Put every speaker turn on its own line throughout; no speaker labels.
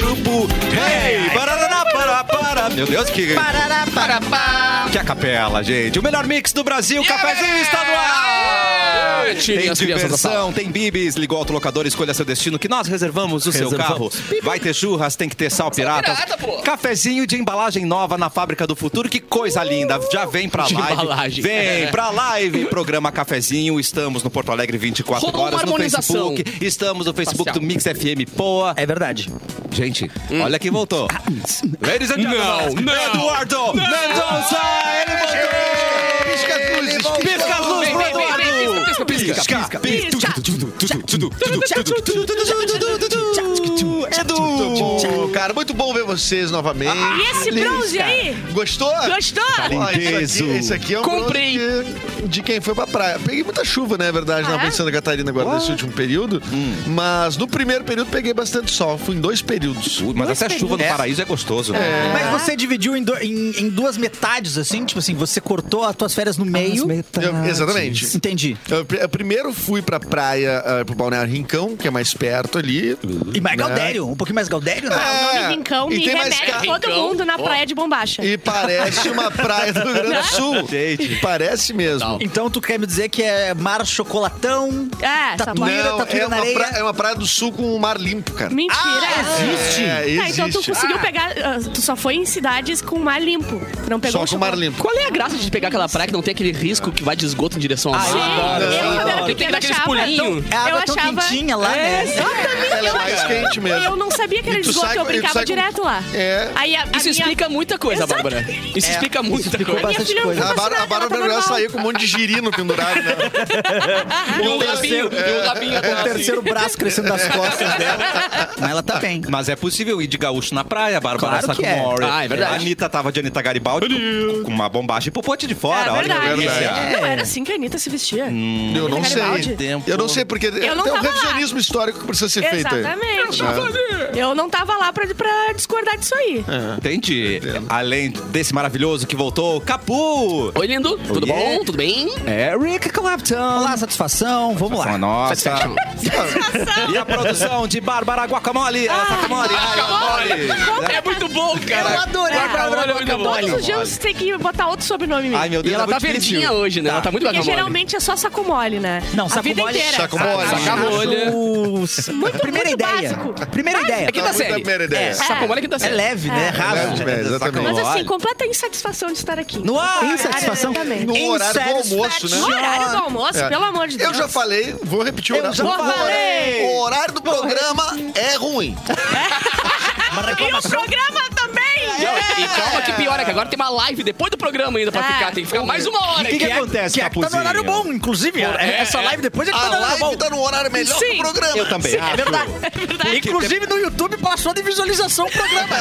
Hey, barará, pará, pará. Meu Deus, que,
Parará, para, pá.
que a capela, gente. O melhor mix do Brasil, cafezinho está no ar.
Tirem
Tem
as crianças da
diversão, tem bibis, ligou ao autolocador, escolha seu destino, que nós reservamos o seu carro.
Reservamos.
Vai ter churras, tem que ter sal pirata.
pirata, pô.
Cafezinho de embalagem nova na Fábrica do Futuro, que coisa linda. Já vem pra
De
live.
embalagem.
Vem pra live, programa Cafezinho. Estamos no Porto Alegre 24
Rolou uma
horas no
harmonização.
Facebook. Estamos no Facebook
Facial.
do Mix FM Poa.
É verdade.
Gente, olha quem voltou. Ladies and gentlemen,
Hum. Não, não.
Eduardo Mendonça, ele voltou! Pisca as luzes pro Eduardo!
Pisca, pisca,
pisca, pisca. Edu!
Cara, muito bom ver vocês novamente.
Ah, E esse bronze aí?
Gostou?
Gostou?
Ó, Isso
Limpeza.
aqui, isso aqui é um
Comprei.
bronze de- de quem foi pra praia. Peguei muita chuva, né, é verdade,
Ah,
na
é?
em Santa Catarina agora nesse último período. Mas no primeiro período peguei bastante sol. Fui em dois períodos.
Ui, Uh, Mas essa chuva no paraíso é gostoso, né?
Mas você dividiu em, do- em- em duas metades, assim? Tipo assim, você cortou as tuas férias no
Ah,
meio.
Eu- exatamente.
Entendi.
Eu, pri- eu primeiro fui pra praia, ah, pro Balneário Rincão, que é mais perto ali.
E mais
Né?
Galdério, um pouquinho mais Galdério, né?
O
É,
nome Rincão
e
me
tem mais
remete a
ca-
todo
Rincão,
mundo na
pô.
praia de bombacha.
E parece uma praia do Rio Grande do Sul.
Gente.
Parece mesmo.
Então tu quer me dizer que é mar chocolatão?
É, essa
Tatuí-
porra.
Não,
tatuí
é
na
uma,
areia.
praia, é uma praia do sul com o mar limpo, cara.
Mentira.
existe?
É, existe.
Tá, então tu conseguiu pegar. ah, Tu só foi em cidades com mar limpo. Tu não pegou um
Só com o mar
chocolate.
limpo.
Qual é a graça de pegar aquela praia que não tem aquele risco que vai de esgoto em direção ao mar?
eu
Sim,
adoro,
eu, quando era
adoro.
Tem que
pequena,
dar aqueles
achava.
pulinhos.
É a água
eu
tão
achava-
quentinha lá, né?
Ela é mais quente mesmo.
Eu não sabia que era
E tu
esgoto,
sai-
eu
e tu
brincava
sai com-
direto lá.
É.
Aí a, a
Isso
minha,
explica muita coisa,
Exato.
Bárbara. Isso
É,
explica
isso
muita
explicou
coisa.
minha
bastante
filha não
coisa.
tá
A Bárbara, a
vacinada, ela
Bárbara
tá
Gabriel
normal.
saiu com um monte de girino pendurado, né?
E um labinho,
É.
É.
e um labinho
O
agora.
terceiro braço crescendo das costas dela. Mas ela tá bem.
Mas é possível ir de gaúcho na praia, Bárbara
Claro que é.
Sacomori.
Ah, é verdade.
A Anitta tava de Anitta Garibaldi com- com uma bombacha e popote de fora.
É
olha que
verdade.
delícia.
Não era assim que a Anitta se vestia.
Hum,
Eu não
Garibaldi?
sei. Eu não sei, porque
Eu não
tem um
tava lá.
revisionismo histórico que precisa ser feito aí.
Exatamente. Eu não tava lá pra, pra discordar disso aí.
Entendi. Além desse maravilhoso que voltou, Capu!
Oi, lindo. Tudo
yeah.
bom? Tudo bem?
Eric Clapton!
Olá, satisfação. Vamos lá.
Nossa! E a produção de Bárbara Guacamole! Ah, Sacamole! Guacamole!
É muito bom, cara.
Eu adorei,
Guacamole é muito bom.
Todos os dias você tem que botar outro sobrenome mesmo.
Ai, meu
E
Deus,
ela
é
tá
muito difícil.
verdinha hoje, né? Ela tá muito
Porque
guacamole.
geralmente é só sacomole, né?
Não,
A vida
sacomole-
inteira.
Sacomole.
Sacamole.
Muito, Primeira
muito
ideia.
básico.
Primeira ideia.
É quinta série.
Tá primeira ideia.
Sacomole é quinta
É
série.
leve, né? É raso.
É, exatamente.
Mas assim,
Olha.
completa insatisfação de estar aqui.
No ar.
Insatisfação.
No horário do almoço,
No
né?
horário do almoço,
É.
pelo amor de Deus.
Eu já falei, vou repetir o
Eu
horário.
já
O
assim, falei. Tá
horário- O horário do programa é ruim.
E o programa também!
E calma que piora, que agora tem uma live depois do programa ainda pra
Ah.
ficar. Tem que ficar mais uma
O
hora.
que, que
é-
acontece,
Que é que tá no
Capuzinho?
horário bom, inclusive. Essa live depois é que tá no
A
horário bom.
live tá num horário melhor que
Sim.
o programa.
Eu também
É
acho.
Inclusive no YouTube passou de visualização o programa.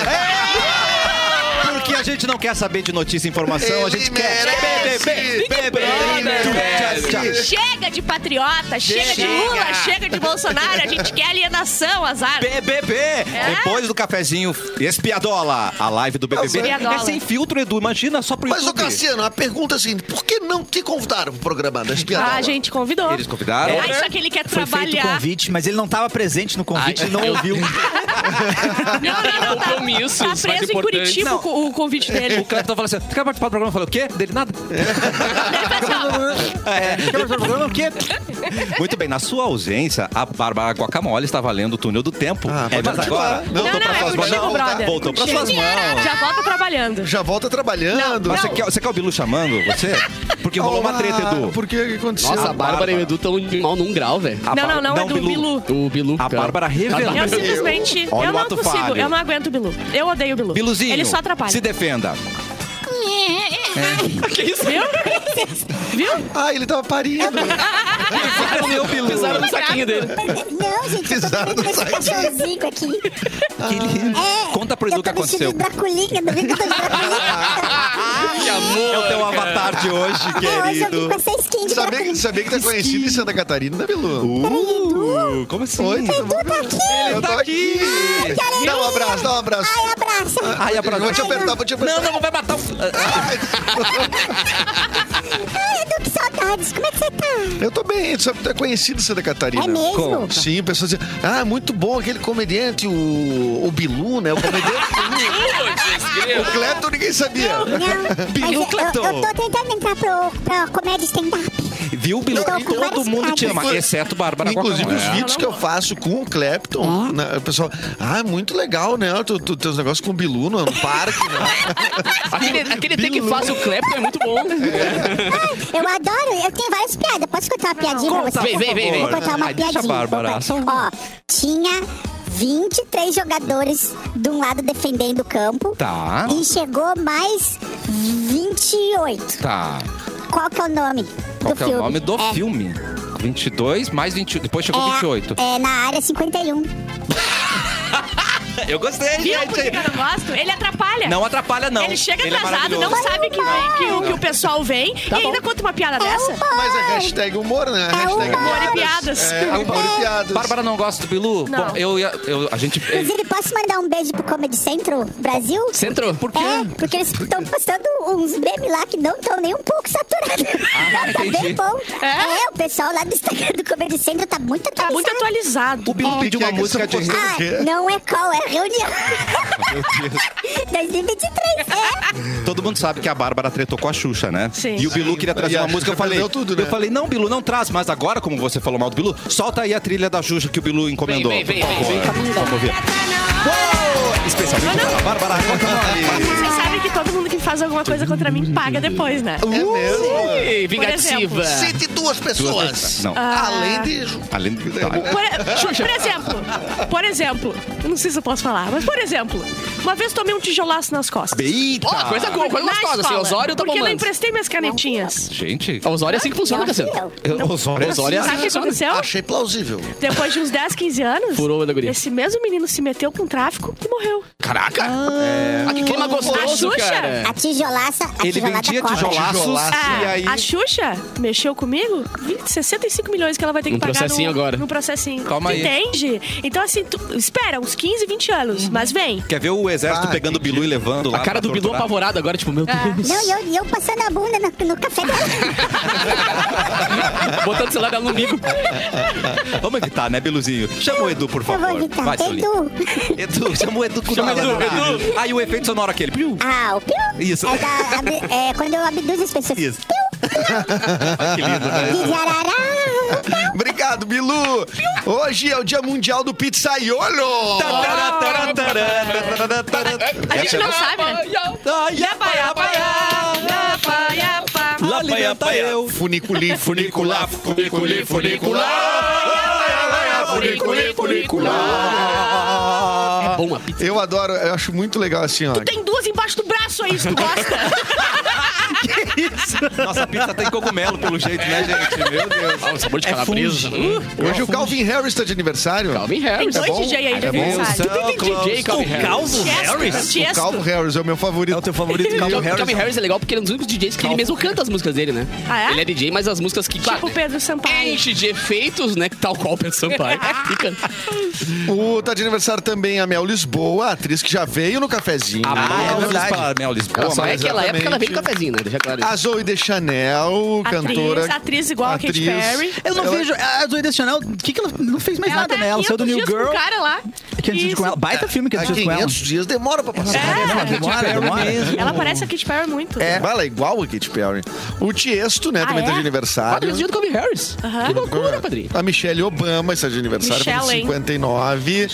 Porque a gente não quer saber de notícia e informação, a
Ele
gente quer...
merece.
BBB, BBB,
merece.
tchau, tchau.
Chega de patriota, chega, de Lula, chega de Bolsonaro. A gente quer alienação, azar.
BBB!
É?
Depois do cafezinho espiadola, a live do BBB.
Espiadola.
É sem filtro, Edu, imagina, só pro
Mas, ô
YouTube.
Cassiano, a pergunta é a seguinte: por que não te convidaram pro programa da espiadola?
Ah, a gente convidou.
Eles convidaram.
Ah, só que ele quer
Foi feito o
trabalhar.
convite, mas ele não estava presente no convite,
Ah,
ele não
eu-
ouviu.
Não, não,
É um
não. Tá,
Compromissos
tá
mais
preso em
importantes.
Curitiba
Não.
o o convite dele.
O Cleiton falou assim: tu quer participar do programa? Eu falei, o quê? Dele nada?
o quê?
É. Muito bem, na sua ausência, a Bárbara Guacamole estava lendo o túnel do tempo.
Ah,
é,
pode
mas agora.
continuar. Não,
voltou
não,
pra
é
suas mãos.
contigo,
Não,
brother.
Voltou para suas mãos.
Já volta trabalhando.
Já volta trabalhando.
Mas você quer, você quer o Bilu chamando você? Porque rolou uma treta, Edu.
Por que que aconteceu?
Nossa, a Bárbara e o Edu estão de mal num grau, velho.
A
Não,
Bá-
não, não, é do Bilu. é assim,
O Bilu.
A
cara.
Bárbara revelou.
Eu simplesmente,
Olha
eu
o
não
ato
consigo,
falho.
eu não aguento o Bilu. Eu odeio o Bilu.
Biluzinho,
Ele só atrapalha.
se defenda.
Que isso?
Viu? Viu?
Ah, ele tava parindo.
Meu Bilu.
Pisaram no saquinho dele.
Não, gente, eu tô falando desse cachorrozinho um aqui. É,
Conta pro Edu o
eu
que
tô
aconteceu.
vestido de draculinha, não vi que eu tô de draculinha.
Que amor.
É o teu avatar de hoje,
É, hoje eu vim
querido.
com essa skin de
Sabia que,
draculinha.
sabia que tá conhecido em Santa Catarina, né, Bilu?
Uh, como assim?
Oi, tudo bom?
Edu tá aqui.
Eu tô aqui. Dá um abraço, dá um abraço.
Ai, abraço. Março.
Ai, a
Eu vou te
produção.
apertar, vou te apertar.
Não, não, vai matar o.
É.
Ai, Edu, que saudades. Como é que você tá?
Eu tô bem, sabe, tu é conhecido em Santa Catarina.
É mesmo?
Com- Sim, pessoas dizem, ah, muito bom aquele comediante, o, o Bilu, né? O comediante Bilu. o Cleto ninguém sabia.
Mas eu, eu, eu tô tentando entrar pro, pra comédia stand-up.
Viu, Bilu?
Não, com
Todo
vários
mundo te
caras.
ama, exceto Bárbara É.
Inclusive os
Guacamole.
vídeos que eu faço com o Clapton, né, o pessoal, ah, muito legal, né? Tu, tu, teus negócios com o Bilu no, no parque, né?
Aquele, aquele tem que faz o Clapton é muito bom.
Eu adoro, eu tenho várias piadas. Posso contar uma piadinha pra você?
Vem, vem, vem, vem.
Vou contar uma
Ai, deixa a
piadinha.
Bárbara.
Vou contar. Ó, tinha 23 jogadores de um lado defendendo o campo.
Tá.
E chegou mais 28.
Tá.
Qual que é o nome
Qual
do
que é
filme?
o nome do
É-
filme? 22 mais 21. Depois chegou
é-
28.
É na área 51.
Eu gostei,
Viu por que que eu não gosto? Ele atrapalha.
Não atrapalha, não.
Ele chega
é
atrasado, não
maravilhoso. Tá
sabe que, vem, que, o, que o pessoal vem e ainda conta uma piada
É
dessa.
o Bob.
Mas é hashtag humor, né? Hashtag
humor
e piadas.
É, humor e piadas.
Bárbara não gosta do Bilu?
Não.
Bom, eu, ia- eu, a gente...
Inclusive, posso mandar um beijo pro Comedy Centro Brasil?
Centro.
Por quê?
É, porque eles estão postando uns memes lá que não estão nem um pouco saturados. tá
Ah, entendi.
bem bom.
É?
É? o pessoal lá do Instagram do Comedy Centro tá muito
Tá
atualizado.
muito atualizado.
O Bilu
É.
pediu uma
Que que é
música
essa
de...
categoria?
Ah, não é call, é reunião. 2023, é.
Todo mundo sabe que a Bárbara tretou com a Xuxa, né?
Sim.
E o Bilu
Sim.
queria trazer
E a
uma música, eu
Xuxa
falei...
perdeu tudo, né?
Eu falei, não, Bilu, não traz. Mas agora, como você falou mal do Bilu, solta aí a trilha da Xuxa que o Bilu encomendou.
Vem, vem, vem,
Por favor.
vem,
Vamos ouvir. Uou! Especialmente para a Bárbara Guacamole.
Vocês sabem que todo mundo que faz alguma coisa contra mim paga depois, né?
É mesmo?
Ei,
Por
vingativa.
exemplo.
102 pessoas.
Não,
Ah.
Além de...
além do...
Por, por exemplo, por exemplo, eu não sei se eu posso falar, mas por exemplo, uma vez tomei um tijolaço nas costas. é
Eita!
Ó, coisa boa, coisa
Na
gostosa. Assim,
escola,
Osório tá
Porque eu não
bombando.
emprestei minhas canetinhas.
Gente...
Osório é assim que funciona, Cassiano.
Não, não.
Eu, Osório,
Osório é assim
Sabe o
que
que
funciona.
aconteceu?
Achei plausível.
Depois de uns 10, 15 anos,
Furou o da guria.
esse mesmo menino se meteu com tráfico e morreu.
Caraca! Ah, que clima gostoso,
A Xuxa?
cara.
A tijolaça, a
Ele
tijolada
vendia
cobra.
tijolaços
Tijolaço.
e
Ah,
aí...
A Xuxa mexeu comigo 20, 65 milhões que ela vai ter que
Num
pagar
processinho
no,
agora.
no processinho.
Calma aí.
Entende? Então, assim, tu- espera uns 15, 20 anos, mas vem.
Quer ver o exército
Ah,
pegando o Bilu e levando lá
A cara
pra
do Bilu
torturar?
apavorado agora, tipo, meu Deus.
Não, e eu, e eu passando a bunda no, no café dela.
Botando o celular no umbigo.
Vamos evitar, né, Biluzinho? Chama o Edu, por
Eu
favor.
vou evitar.
Vai, seu lindo.
Edu.
Edu, chama o Edu com
Chama o Edu,
Edu. Aí o efeito sonoro é aquele. Piu.
Ah, o piu.
Isso.
É, da- ab- é quando eu abduzo as pessoas.
Isso.
Piu.
Que lindo, né?
De arará.
Obrigado, Bilu. Hoje é o Dia Mundial do Pizzaiolo.
Tá, Ah,
A gente não sabe, né?
Lá alimenta eu.
Funiculi, funicular, funiculi,
É
funicular. Funiculi, funicular.
Bom, uma pizza.
Eu adoro, eu acho muito legal assim, ó.
Tem duas embaixo do braço aí, se tu gosta.
Nossa, a pizza tem cogumelo, pelo jeito, né, gente? Meu Deus.
Ah, um sabor
É
de calabresa. Hum,
Hoje o Calvin Harris tá de aniversário.
Calvin
Tem
Harris.
dois
bom?
DJ aí de
É bom?
aniversário.
DJ Calvin Harris.
Chester,
O Calvin
Chester.
Harris é o meu favorito.
É o teu favorito, Calvin
E eu-
Calvin Harris. é legal porque ele é um dos únicos DJs que ele mesmo canta as músicas dele, né?
Ah, é?
Ele é DJ, mas as músicas que, claro,
Tipo Pedro Sampaio.
enche de efeitos, né? Tal qual o Pedro Sampaio. E canta.
O tá de aniversário também a Mel Lisboa, a atriz que já veio no cafezinho.
Ah,
é verdade.
Mel
Ela
Lisboa.
só é
mas
aquela época ela veio
exatamente. Ah,
com cafezinho, né? Deixa claro. isso.
A Zoe de Chanel, cantora.
Atriz, atriz igual a Katy
Atriz.
Perry.
Eu não
Ela-
vejo. A Zoe Deschanel, o que, que ela não fez mais nada,
tá
né? Ela saiu do
500
New
dias com
Girl.
o cara lá.
Que antes de com ela. Baita filme que
Há
antes de com ela.
500 dias demora pra passar.
Ela demora, demora.
É. Ela parece a Katy Perry muito.
É. Vai lá, igual a Katy Perry. O Tiesto, né,
Ah,
também tá
é?
de
Padre,
aniversário. É.
dia do Calvin Harris. Que loucura, padrinho.
A Michelle Obama está de aniversário,
Michelle,
fazendo
hein?
59.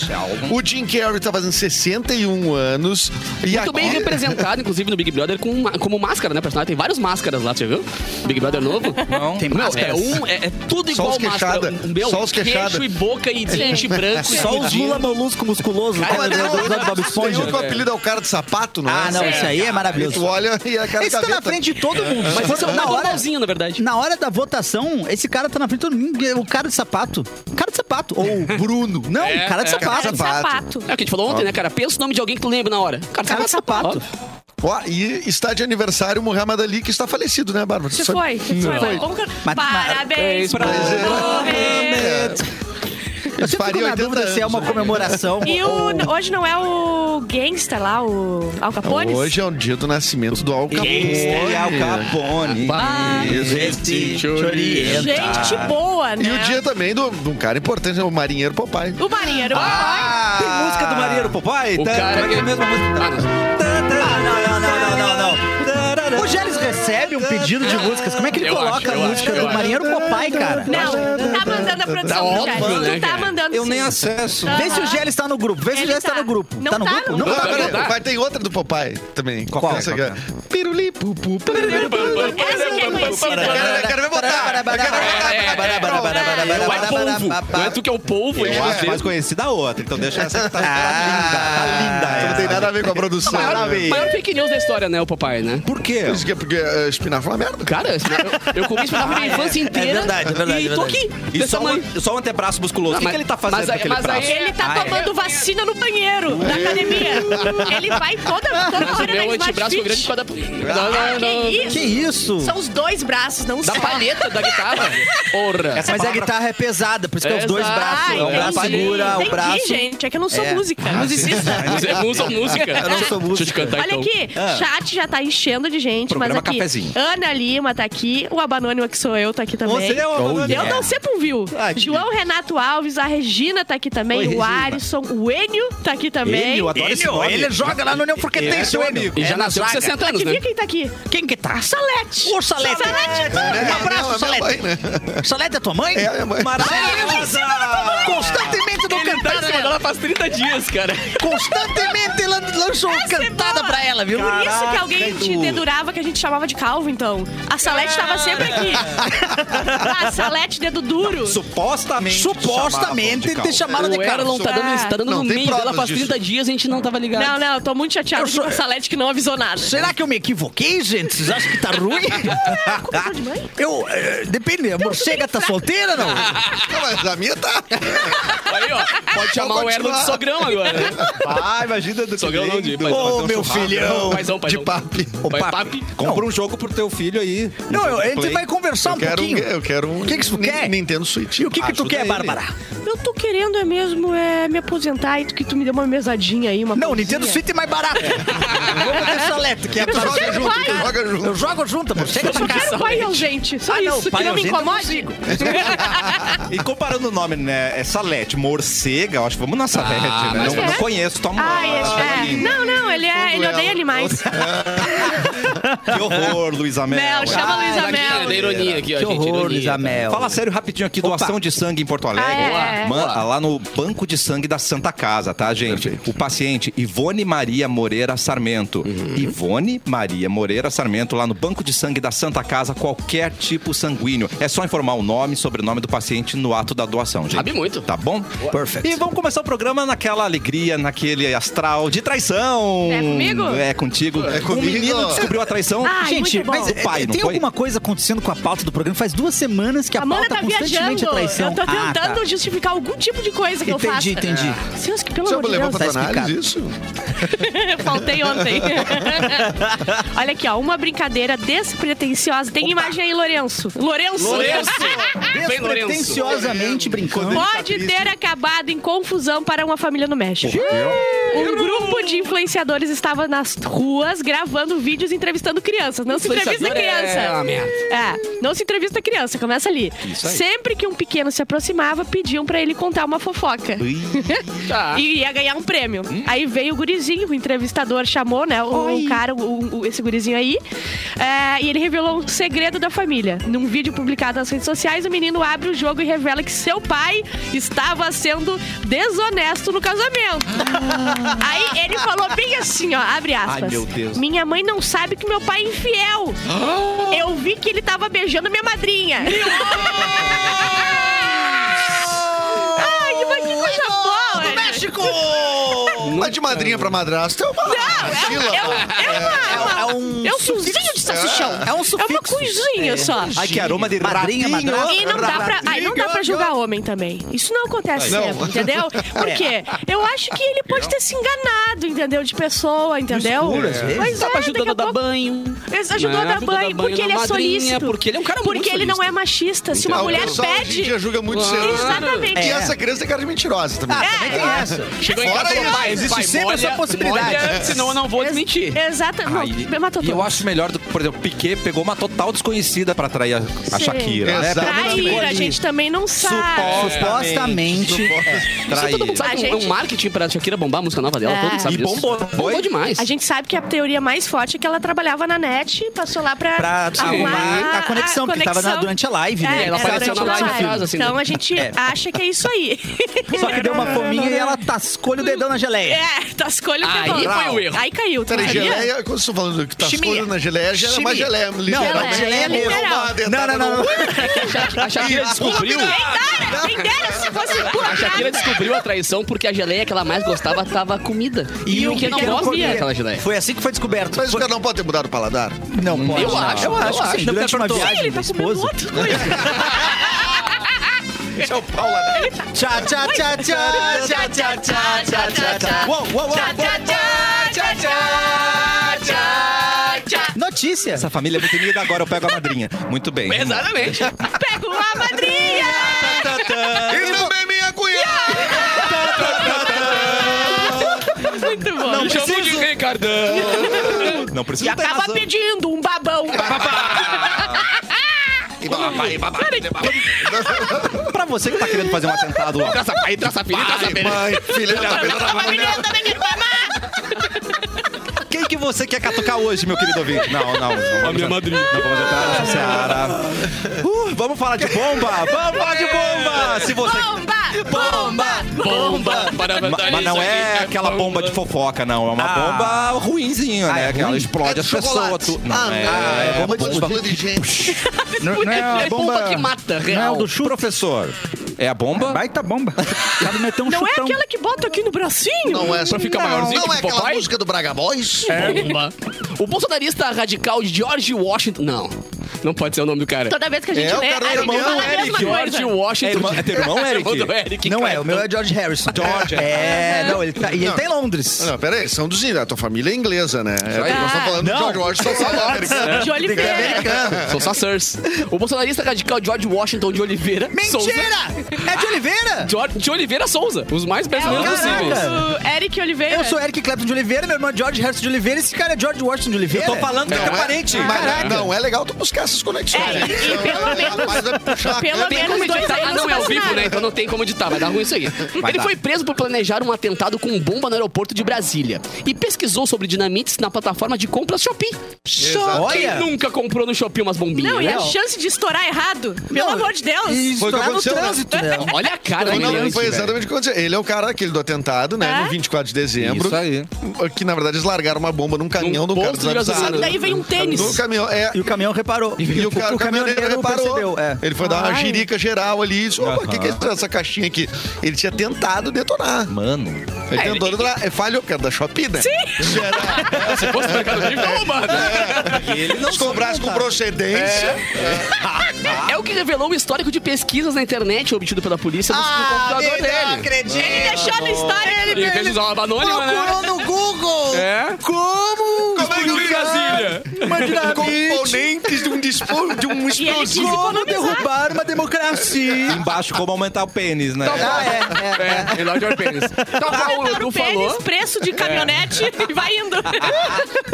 O Jim Carrey tá fazendo 61 anos. E
Muito bem
aqui-
representado, inclusive, no Big Brother, com, ma- como máscara, né? Personagem tem várias máscaras lá, você já viu? Big Brother novo.
Não.
Tem
Meu,
máscara.
é, um, é, é tudo
Só
igual
os queixada.
máscara. Um- Meu,
Só os queixada.
queixo e boca e dente branco. e
Só os
tudinho.
Lula molusco musculoso.
Ah,
Lembra
mas
É, do episódio do Bob
Tem um
Esponja?
que o apelido é o cara de sapato, não é?
Ah, não, isso aí é
E tu
maravilhoso.
olha e a cara
Esse tá na
gaveta.
frente de todo mundo.
Mas isso é um
na hora,
normalzinho, na verdade.
na hora da votação, esse cara tá na frente de todo mundo. O cara de sapato. Cara de sapato. Ou o Bruno. Não,
É,
cara de
é,
ah, sapato.
Cara de sapato.
É o que a gente falou ontem, né, cara? Pensa o nome de alguém que tu lembra na hora. Cara,
Cara de sapato.
Ó, e está de aniversário o Muhammad Ali, que está falecido, né, Bárbara?
Você
Só-
foi? Você foi.
Não.
Como que-
Mas-
mas-
Parabéns pra
Pois é.
Mohamed.
Eu sempre fico
faria
na
80
dúvida se é uma
anos, né?
comemoração
E
ou...
o, hoje não é o gangster lá, o Al Capone?
Hoje é o dia do nascimento do Al
Ele é o Capone.
Capone. Existe
te orienta.
Gente boa, né?
E o dia também do- de um cara importante, é o marinheiro Popeye.
O marinheiro.
Ah, tem música do Marinheiro Popai?
O cara
é a
que-
mesma música.
Ah, não.
não, não, não, não, não.
O Gélis recebe um pedido de músicas. Como é que ele
Eu
coloca
acho,
a
eu
música
acho, eu
do
acho.
Marinheiro Popai, cara?
Não, tá mandando a produção
Tá
do
óbvio,
Jair.
né,
Tu tá
cara?
mandando
Eu
sim.
nem acesso.
Vê se o Gélis tá no grupo. Vê se o
Ele
Gélis tá
tá.
no grupo.
Não
Tá no
tá,
grupo?
não
Não,
Não
tá,
tá.
peraí,
não tá.
Mas tem outra do Popeye também.
Qual é?
Essa
Qual é?
aqui, ó. Piruli, pu, pu, pu.
Essa que é conhecida.
Cara, eu quero ver botar. Eu quero ver botar.
Não é polvo. Não é tu que é o polvo.
Eu acho
é.
mais conhecida a outra, então deixa essa que tá, tá linda. Tá linda
Não
essa.
tem nada a ver com a produção.
Maravilha.
Maior fake news da história, né, o papai, né?
Por quê?
Isso que é porque é, espinafre é uma merda.
Cara, esse- eu, eu comi espinafre minha infância inteira. E tô aqui,
E
dessa
só,
mãe.
um, só um antebraço musculoso.
Não,
o que,
mas-
que ele tá fazendo
mas
com
aí-
aquele
mas aí-
braço?
Ele tá
Ah, é.
tomando vacina no banheiro da academia. Ele vai toda, toda
Mas o
hora
meu
na Smart
antebraço ficou grande
Fit.
por causa da... Não,
Ah,
não, não.
que
Que
isso?
isso?
São os dois braços, não
Da
só.
palheta da guitarra. Porra.
Essa
Mas a
palavra-
guitarra é pesada, por isso que é os dois
Exato.
braços.
Ah,
É um
entendi.
braço segura, o
entendi,
braço...
gente. É que eu não sou
É.
música, musicista.
Você usa música.
Eu não sou
Deixa eu te
música.
cantar,
Olha
então.
aqui, chat já tá enchendo de gente,
Programa
mas aqui.
Cafezinho.
Ana Lima tá aqui, o Abanônimo que sou eu tá aqui também.
Você é o
Oh,
Abanônimo.
Eu
yeah.
não sei por viu.
Ah, que
João Renato Alves, a Regina tá aqui também,
Oi,
o
Regina.
Alisson, o Enio tá aqui também.
Enio, adoro esse nome.
ele joga lá no União porque
Ele
tem
é
seu
seu
amigo.
amigo.
E já
É na
nasceu com
zaga.
60 anos,
Aqui,
né?
vê quem tá aqui.
Quem que tá?
Salete.
Ô, Salete.
Salete.
Um
Não,
abraço,
é minha mãe,
Salete.
né?
Salete é tua mãe?
É a minha mãe.
Maravilhosa!
Constantemente dou
Ele tá
cantada.
esperando ela faz 30 dias, cara.
Constantemente lan- lançou cantada
boa.
pra ela, viu?
Por isso que
Caraca,
alguém te
Edu.
dedurava que a gente chamava de calvo, então. A Salete tava sempre aqui. A Salete, dedo duro.
Supostamente.
Supostamente
chamavam de
te chamaram de
o
cara.
Erlon tá dando, tá dando
Não,
no
tem
meio dela
provas
faz
disso.
30 dias e a gente não tava ligado.
Não, não, eu tô muito chateado
Eu sou-
com a Salete que não avisou nada.
Será que eu me equivoquei, gente? Vocês acham que tá ruim?
Culpa de mãe?
Eu. eh, Depende, a morcega tá solteira, não?
Não, mas a minha tá.
Aí, ó, pode chamar o Erlon de
continuar.
sogrão agora. né?
Ah, imagina do
Sogrão não, de-
Ô, meu
Não,
filhão.
Paizão,
de
paizão.
papi.
Ô,
Vai,
papi.
papi.
Compra um jogo pro teu filho aí.
Então,
Não, eu- a gente
Play.
vai conversar
Eu
um
quero
pouquinho.
Eu quero um
O que que tu
Ni-
quer?
Nintendo Switch. Ah,
E o que, que tu
Ajuda
quer,
ele.
Bárbara?
Eu tô querendo é mesmo é me aposentar e tu, que tu me deu uma mesadinha aí, uma
Não, o
coisinha.
Nintendo Switch é mais barato. Vamos ter Salete, que é pra
Joga
quero
junto,
pai.
joga
Eu
junto.
jogo junto, você que
Eu só quero pai ausente. Só
Ah, não,
isso,
pai
que não me
ausente eu
incomode.
E comparando o nome, né? É Salete, morcega, eu acho que vamos na Salete, né?
mas
Não,
é.
não conheço, toma
Ai,
Ah, tá
é, é. Não, não, ele, é, ele odeia animais.
Que horror, Luísa Mel.
Mel, chama a Luísa
Aqui, né,
Mel.
da ironia aqui, ó,
Que
gente.
horror,
ironia.
Isamel.
Fala sério rapidinho aqui, doação de sangue em Porto Alegre.
Ah, é.
Man- lá no Banco de Sangue da Santa Casa, tá, gente? O paciente Ivone Maria Moreira Sarmento. Ivone Maria Moreira Sarmento, lá no Banco de Sangue da Santa Casa, qualquer tipo sanguíneo. É só informar o nome e sobrenome do paciente no ato da doação, gente.
Sabe muito.
Tá bom?
Perfect.
E vamos começar o programa naquela alegria, naquele astral de traição.
É comigo? Ah.
É contigo.
É
Um
comigo.
menino descobriu a traição.
Ai,
Gente,
muito bom.
mas
o pai,
eh,
não
tem
foi?
alguma coisa acontecendo com a pauta do programa? Faz duas semanas que a,
A Amanda
pauta
tá
constantemente
viajando.
é traição.
Eu tô
Ah, tá.
tentando justificar algum tipo de coisa que eu faço.
Entendi, entendi.
Senhor, que pelo
Você
amor de
levar
Deus.
pra
tá
tua análise
explicado.
isso?
Faltei ontem. Olha aqui, ó. Uma brincadeira despretensiosa. Tem imagem aí, Lourenço. Lourenço!
Lourenço. Vem, Lourenço.
Despretensiosamente brincando.
Pode ter acabado em confusão para uma família no México. Um grupo de influenciadores estava nas ruas gravando vídeos e entrevistando crianças. Não se entrevista
Influenciador é
criança.
uma merda.
É, não se entrevista criança, começa ali.
Isso aí.
Sempre que um pequeno se aproximava, pediam para ele contar uma fofoca.
Tá.
E ia ganhar um prêmio.
Hum.
Aí veio o gurizinho, o entrevistador chamou, né? O, o cara, o- o- esse gurizinho aí. É, e ele revelou um segredo da família. Num vídeo publicado nas redes sociais, o menino abre o jogo e revela que seu pai estava sendo desonesto no casamento. Aí ele falou bem assim, ó, abre aspas.
Ah. Ai, meu Deus. Ah.
Minha mãe não sabe que meu pai é infiel. Eu vi que ele tava beijando minha madrinha. Ai, mas que coisa boa! né?
México!
Mas de madrinha pra madrasta é uma sílaba.
É um
É um fiozinho de salsichão.
É um
É uma
sufixo.
coisinha só.
Ai, que aroma de
Madrinha,
ratinho.
madrasta.
Ah, E não dá pra, aí não dá pra julgar homem também. Isso não acontece
Não.
sempre, entendeu? Por quê? Eu acho que ele pode ter se enganado, entendeu? De pessoa, entendeu?
escuro, às vezes.
Pois é,
Tava
daqui
ajudando a dar
pouco-
banho.
Ele ajudou a
né?
dar
Ajudou a
banho porque
na
ele é
madrinha,
solícito.
Porque ele é um cara muito
Porque ele não é
solícito.
machista. Se uma
Ah, o
mulher
pessoal hoje em
pede.
dia julga muito
Claro.
cedo.
Exatamente. É.
E
É.
essa criança é cara de mentirosa também.
Ah, também tem essa.
Chegou em
Fora
casa e falou,
isso.
pai,
Existe
pai,
sempre
molha-
essa possibilidade.
molha, senão eu não vou te mentir.
Exata. Não,
Aí-
matou
e eu
tudo.
acho melhor, do que, por exemplo, Piquet pegou uma total desconhecida pra atrair a, a
Sim.
Shakira. né?
Exato.
Pelo menos ficou
Traíra, a
ali.
gente também não sabe.
Supostamente.
Isso todo mundo
Traíra.
sabe,
A
é um
gente-
marketing pra Shakira bombar a música nova dela,
É.
todo mundo sabe
E
disso.
bombou.
Bombou demais.
A gente sabe que a teoria mais forte é que ela trabalhava na net e passou lá pra,
Pra arrumar a conexão, porque tava na- durante a live, né?
É,
Ela
era
apareceu
durante
na
a
live em casa, assim, né?
Então a gente acha que é isso aí.
É. Só que deu uma fominha e ela tascou o dedão na geleia.
É, tascou ele
Aí
pegou.
foi o erro.
Aí caiu, tu
Peraí,
sabia?
geleia, quando você tá falando que tá
Chimia.
escolhendo na geleia, já era uma
Chimia.
geleia,
Não,
literalmente.
geleia é literal.
Uma tá
Não,
dentada
não, não.
no-
não.
A Shakira descobriu...
Cara, né? quem dera se fosse por
A Shakira
acaso.
descobriu a traição porque a geleia que ela mais gostava tava comida.
o
porque não
pequeno
gosta é
comia.
aquela geleia.
Foi assim que foi descoberto.
Mas o
Foi-
cara não pode ter mudado o paladar?
Não, pode.
Eu acho,
Eu
eu
acho que
acho.
sim.
Não
Durante uma
perguntou.
Sim,
viagem
ele
da
tá comendo
esposa.
outra coisa.
Esse é o paladar.
Tchá, tchá, tchá, tchá, tchá, tchá, tchá, tchá, tchá, tchá. Uou, uou, uou. Notícia.
Essa família é muito unida, agora eu pego a madrinha. Muito bem.
Exatamente.
Pega uma madrinha!
E também minha cunhada.
Muito bom.
Me chamou de Ricardão.
Não precisa
e
ter
acaba
razão.
pedindo um babão.
É,
E papai, papai.
Pra você que tá querendo fazer um atentado, ó.
Traça pai, traça filho, traça
Pai,
bem.
mãe, filha da
né?
Eu também quero babá.
Quem que você quer catucar hoje, meu querido ouvinte? Não, não. A minha madrinha. Não vamos entrar nessa seara. Uh, vamos falar de bomba! Vamos falar de bomba! Se você...
Bomba! Bomba!
Bomba. para
Ma-
verdade,
Mas não
isso
é
aqui
aquela bomba de fofoca, não. É uma
Ah.
bomba ruinzinha, né?
é
que ela
ruim?
explode
É
as
de chocolate.
pessoas. tu- Não,
Ah,
é,
não.
é bomba de
Bomba de gente.
Não, não
É bomba que mata,
Não é o
real.
do chute. Professor, é a bomba?
Baita bomba. Sabe meter um
Não é
chutão.
aquela que bota aqui no bracinho?
Não é
Pra ficar maiorzinho
Não
que o
é aquela
papai? É.
música do Braga Boys?
Bomba. O bolsonarista radical George Washington. Não, não pode ser o nome do cara.
Toda vez que a gente
É, o
lê,
cara
a gente
irmão
fala a mesma
Eric,
coisa.
George Washington.
É, irmão, é teu irmão, Eric?
do Eric,
Não
cara.
é, o meu é George Harrison.
George.
É, não, ele tá, e ele
Não.
tá em Londres.
Ah, Não, peraí, são dos índios. A tua família é inglesa, né? É, nós estamos falando de George Washington. só lá, americano.
De Oliveira.
Sou só Sirs. O bolsonarista radical George Washington de Oliveira. Souza.
Mentira! É de Oliveira!
George de Oliveira Souza. Os mais
É o
brasileiros possíveis.
o Eric Oliveira.
Eu sou Eric Clapton de Oliveira, meu irmão é George Harrison de Oliveira, esse cara é George Washington de Oliveira.
Tô falando que
Não,
é
é-
parente.
Mas
Caraca.
não, é legal tu buscar essas conexões.
É, e- e
Então,
pelo
é,
menos-
mas vai puxar a
pelo
câmera.
menos-
Como
dois
editar?
aí
Ah,
não
não é ao
passa
vivo,
nada.
né? Então não tem como editar, vai dar ruim isso aí. Ele
dar.
foi preso por planejar um atentado com bomba no aeroporto de Brasília e pesquisou sobre dinamites na plataforma de compras Shopee.
Exato.
Olha!
Quem nunca comprou no Shopee umas bombinhas,
Não, e
né?
a chance de estourar errado? Pelo
Não,
amor de Deus.
E
Foi o que
estourar no
aconteceu, né?
trânsito, né?
Olha a cara
Não,
dele.
não, foi
velho.
exatamente o que aconteceu. Ele é o cara, aquele do atentado, né?
É?
No 24 de dezembro.
Isso aí.
Que, na verdade, eles largaram uma bomba num caminhão
Num
do cara
posto de gasolina.
desavisado.
Daí vem um tênis.
No caminhão, é.
E o caminhão reparou.
E o, cara, o caminhoneiro reparou.
percebeu, é.
Ele foi dar uma
Ai.
jirica geral ali e disse: opa, o que, que é essa caixinha aqui? Ele tinha tentado detonar.
Mano.
Ele tentou detonar. É falho, cara, da Shopee, né? Sim!
Se fosse mercado livre, bomba!
Ele não
Se cobrasse com procedência.
É o que revelou o histórico de pesquisas na internet obtido pela polícia no, no computador dele.
Ele deixou na história.
Ele fez usar uma anônima, né?
no Google!
É.
Como?
Como é que eu
Em Brasília.
Imagina
Componentes de um, dispo, de um
E ele quis
explosivo.
como
economizar.
derrubar uma democracia!
Embaixo, como aumentar o pênis, né?
Ah, é,
É,
é.
Elijah Pênis. Então, como o
Aumentar
Edu
o pênis,
falou,
preço de caminhonete
É.
e vai indo.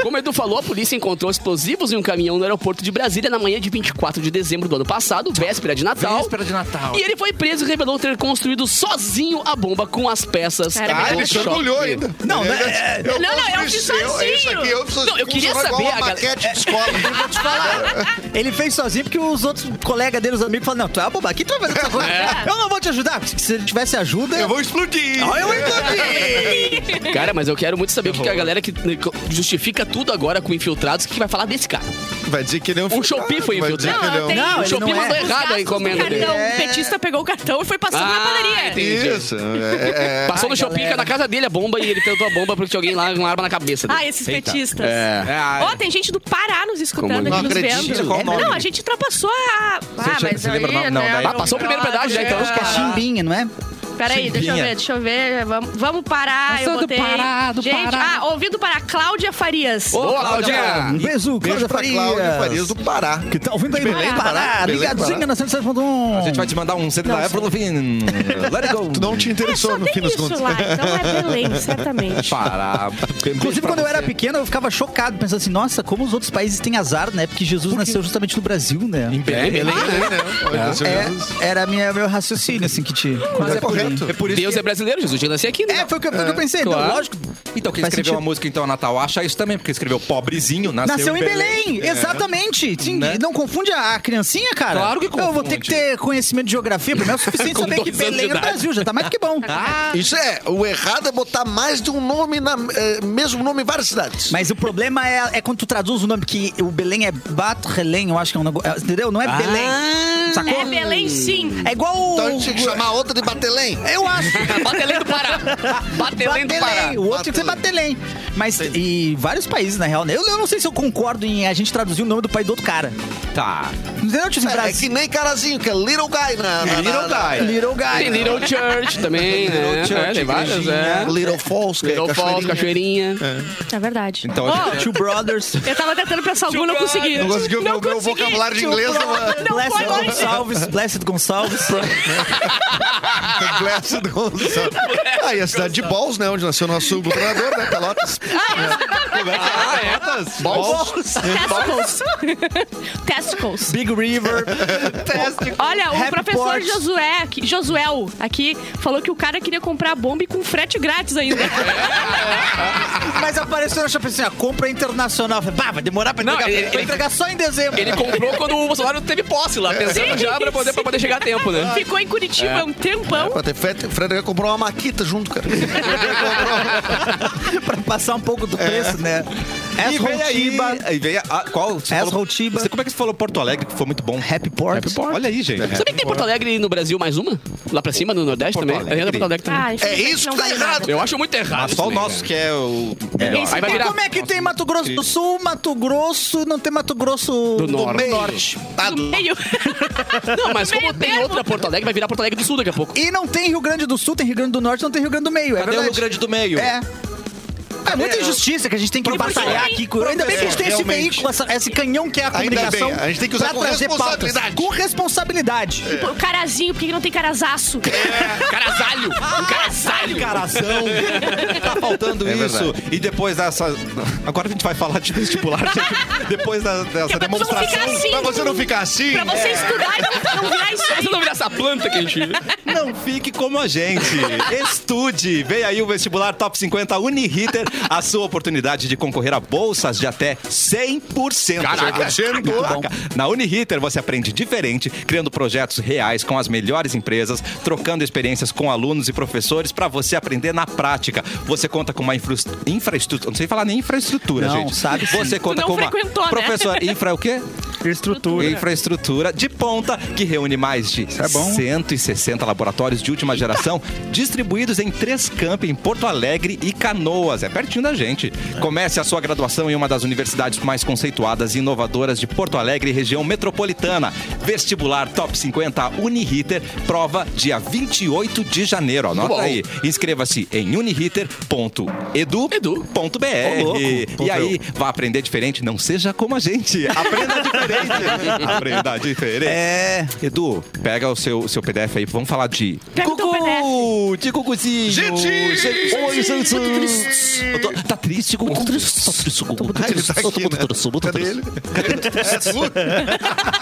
como o Edu falou, a polícia encontrou explosivos em um caminhão no aeroporto de Brasília na manhã de 24 de dezembro do ano passado, véspera de Natal.
Véspera de Natal.
E ele foi preso e revelou ter construído sozinho a bomba com as peças.
Cara,
do
Ah, ele se
shopping.
orgulhou ainda.
Não,
Ele-
é-
eu
não,
faço
eu fiz
isso, eu-
sozinho.
Isso aqui eu fiz
Não, eu queria
funciona igual
saber, a
uma
galera-
maquete de escola.
Vou te falar.
Ele fez sozinho porque os outros colegas dele, os amigos, falaram: Não, tu é uma boba, aqui tu vai fazer essa coisa. Eu não vou te ajudar. porque Se ele tivesse ajuda.
Eu vou explodir.
Ah, eu vou implodir.
Cara, mas eu quero muito saber o que que a galera que né, justifica tudo agora com infiltrados, o que vai falar desse cara?
Vai dizer que ele é um
O Shopee foi
Vai dizer
infiltrado.
que ele é um-
tem-
Não,
o
ele
Shopee
não é.
mandou errado a
Gastos do
encomenda dele.
cartão. O petista pegou o cartão e foi passando na
Ah,
padaria.
entendi.
Isso. é- é-
Passou
Ai,
no Shopee
galera.
na casa dele a bomba e ele tentou a bomba porque tinha alguém lá com uma arma na cabeça dele.
Ah, esses
Eita.
petistas.
É, a-
Ó, tem gente do Pará nos escutando
Como
aqui,
não
nos
acredito.
vendo. É,
Qual o nome?
Não, a gente ultrapassou a... Ah,
Você
mas
se
aí,
lembra o nome? Não,
né,
daí-
meu
Ah,
passou o primeiro
brother,
pedágio já, então.
Acho que é chimbinha, não é?
Peraí, deixa eu
Chimbinha.
ver, deixa eu ver. Vamos, vamos parar,
Eu
eu,
sou do
botei...
Pará, do
gente,
Pará.
ah, ouvindo para Cláudia Farias.
Boa,
Um
Claudinha!
beijo, Cláudia
Beijo pra Cláudia Farias
Farias.
do Pará.
Que tá ouvindo aí,
Belém do Pará.
Pará,
Belém do Pará.
ligadinha na 107.1.
A gente vai te mandar um CD da Avril Lavigne. Let it go.
Tu não te
É,
interessou
só
no
tem
fim das
isso
contas.
lá. Então é Belém, certamente.
Parar.
Inclusive, quando eu era pequeno, eu ficava chocado, pensando assim, nossa, como os outros países têm azar, né? Porque Jesus nasceu justamente no Brasil, né?
É,
Belém, né? Olha, seu Jesus.
É, era minha, meu raciocínio, assim, que te...
Mas é correto.
É por isso
Deus
que-
é brasileiro, Jesus tinha nascido aqui, né?
É, foi o que, foi o que eu pensei, então,
claro.
lógico.
Então, quem
Faz
escreveu a
sentido.
música Então Natal acha isso também, porque escreveu pobrezinho, nasceu,
Nasceu em Belém, exatamente. Sim,
Né?
Não confunde a, a criancinha, cara.
Claro que
Eu vou
confunde.
ter que ter conhecimento de geografia, pra mim é o suficiente
Com
saber que
dois anos
Belém
de
é no
idade.
Brasil, já tá mais que bom.
Isso é, o errado é botar mais de um nome, na, eh, mesmo nome em várias cidades.
Mas o problema é, é quando tu traduz o nome, que o Belém é Batrelém, eu acho que é um negócio. é, Entendeu? Não é Belém. Sacou?
É Belém sim.
É igual. o-
Então a gente tinha que chamar outra de Batelém.
Eu acho.
Batelém do Pará! Batelém do Pará!
Batelém. O outro tinha que ser Batelém. Mas, e vários países, na real, né? Eu, eu não sei se eu concordo em a gente traduzir o nome do pai do outro cara.
Tá.
Entendeu? Tipo, assim,
É, é
Brasil.
que nem carazinho, que é Little Guy na. na-
Little
na-
Guy.
Little Guy.
Tem Little Church também, né?
Church,
É, tem várias, é.
Little Falls, que
Little
é
Falls,
cachoeirinha.
Cachoeirinha.
É verdade.
Então,
Ó,
Two Brothers.
eu tava tentando pensar algum, não consegui.
Não conseguiu meu, meu
consegui.
vocabulário de inglês. não é-
Blessed
pode.
Gonçalves. Blessed Gonçalves.
Blessed Gonçalves. Ah, e a cidade de Balls, né? Onde nasceu nosso governador, né? Pelotas.
Ah, é?
Balls.
Testicles. Testicles.
Big River.
Olha, o
Happy
professor
Ports.
Josué, aqui, Josuel, aqui, falou que o cara queria comprar bomba e com frete grátis ainda.
Mas apareceu na chapa assim, ó, compra internacional. Falei, Bah, vai demorar pra
Não,
entregar.
ele-
Vai
ele-
entregar só em dezembro.
Ele comprou quando o Bolsonaro teve posse lá, pensando já pra poder, pra poder chegar a tempo, né?
Ficou em Curitiba um tempão.
Até Fred, Fred comprou uma maquita junto, cara.
pra passar um pouco do preço, né?
E veio aí...
Esrotiba,
E veio a, qual? Você
As
falou-
Rotiba.
Você- Como é que você falou Porto Alegre, que foi muito bom?
Happy Port.
Olha aí, gente.
Sabia que tem Porto Alegre no Brasil mais uma? Lá pra cima, no Nordeste
Porto
também?
Alegre.
Ainda é Porto Alegre também.
Ah,
É
infelizmente
isso
não
que tá
vale
errado.
Eu acho muito errado.
Mas ah, só o
isso, né,
nosso que é o... melhor.
se
Aí vai
E
virar.
como é que tem Mato Grosso do Sul, Mato Grosso, não tem Mato Grosso
Do
No
Norte.
meio. Tá
nada. No
do...
meio.
cara? Não, mas como
Meio
tem
termo.
outra Porto Alegre, vai virar Porto Alegre do Sul daqui a pouco.
E não tem Rio Grande do Sul, tem Rio Grande do Norte, não tem Rio Grande do Meio. É
Cadê o Rio
verdade.
Grande do Meio?
É. É muita injustiça que a gente tem que
Professor,
batalhar
hein?
aqui. com- Ainda bem que a gente tem esse
Realmente.
veículo, essa- esse canhão que é a
Ainda
comunicação.
bem, a gente tem que usar
pra
com
trazer
responsabilidade. É.
pautas. Com responsabilidade.
Pô, Carazinho, por que que não tem carazaço?
Carazalho! Um carazalho!
Caração! tá faltando
É
isso.
verdade.
E depois dessa. Agora a gente vai falar de vestibular. gente. depois da- dessa
É pra tu não
demonstração.
ficar assim.
Pra você não ficar assim.
Pra
É.
você estudar e não, não virar isso
Você
aí.
não virar essa planta que a gente.
Não fique como a gente. Estude. Vem aí o vestibular Top 50 Uniriter. A sua oportunidade de concorrer a bolsas de até 100%.
Caraca,
Caraca. Na Uniriter você aprende diferente, criando projetos reais com as melhores empresas, trocando experiências com alunos e professores para você aprender na prática. Você conta com uma infra- infraestrutura. Não sei falar nem infraestrutura,
Não,
gente.
sabe sim.
Você conta
não
com uma.
frequentou, né?
Professor, infra é o quê?
Estrutura.
Infraestrutura de ponta que reúne mais de
é bom.
160 laboratórios de última geração distribuídos em três campi em Porto Alegre e Canoas. É pertinho da gente. Comece a sua graduação em uma das universidades mais conceituadas e inovadoras de Porto Alegre e região metropolitana. Vestibular Top 50 Uniriter, prova dia 28 de janeiro. Anota
bom.
aí. Inscreva-se em uniriter.edu.br.
Edu.
Ô, louco. E aí, Vá aprender diferente, não seja como a gente. Aprenda diferente. Aprenda diferente. É. Edu, pega o seu, seu PDF aí, vamos falar de.
Pega o teu PDF.
De cucuzinho!
Gente!
Gente! Oi, gente! Eu tô- Tá triste, Cucu? Tô triste, tô triste, Cucu.
Ah, ele tá aqui, né? Cadê ele? É tu?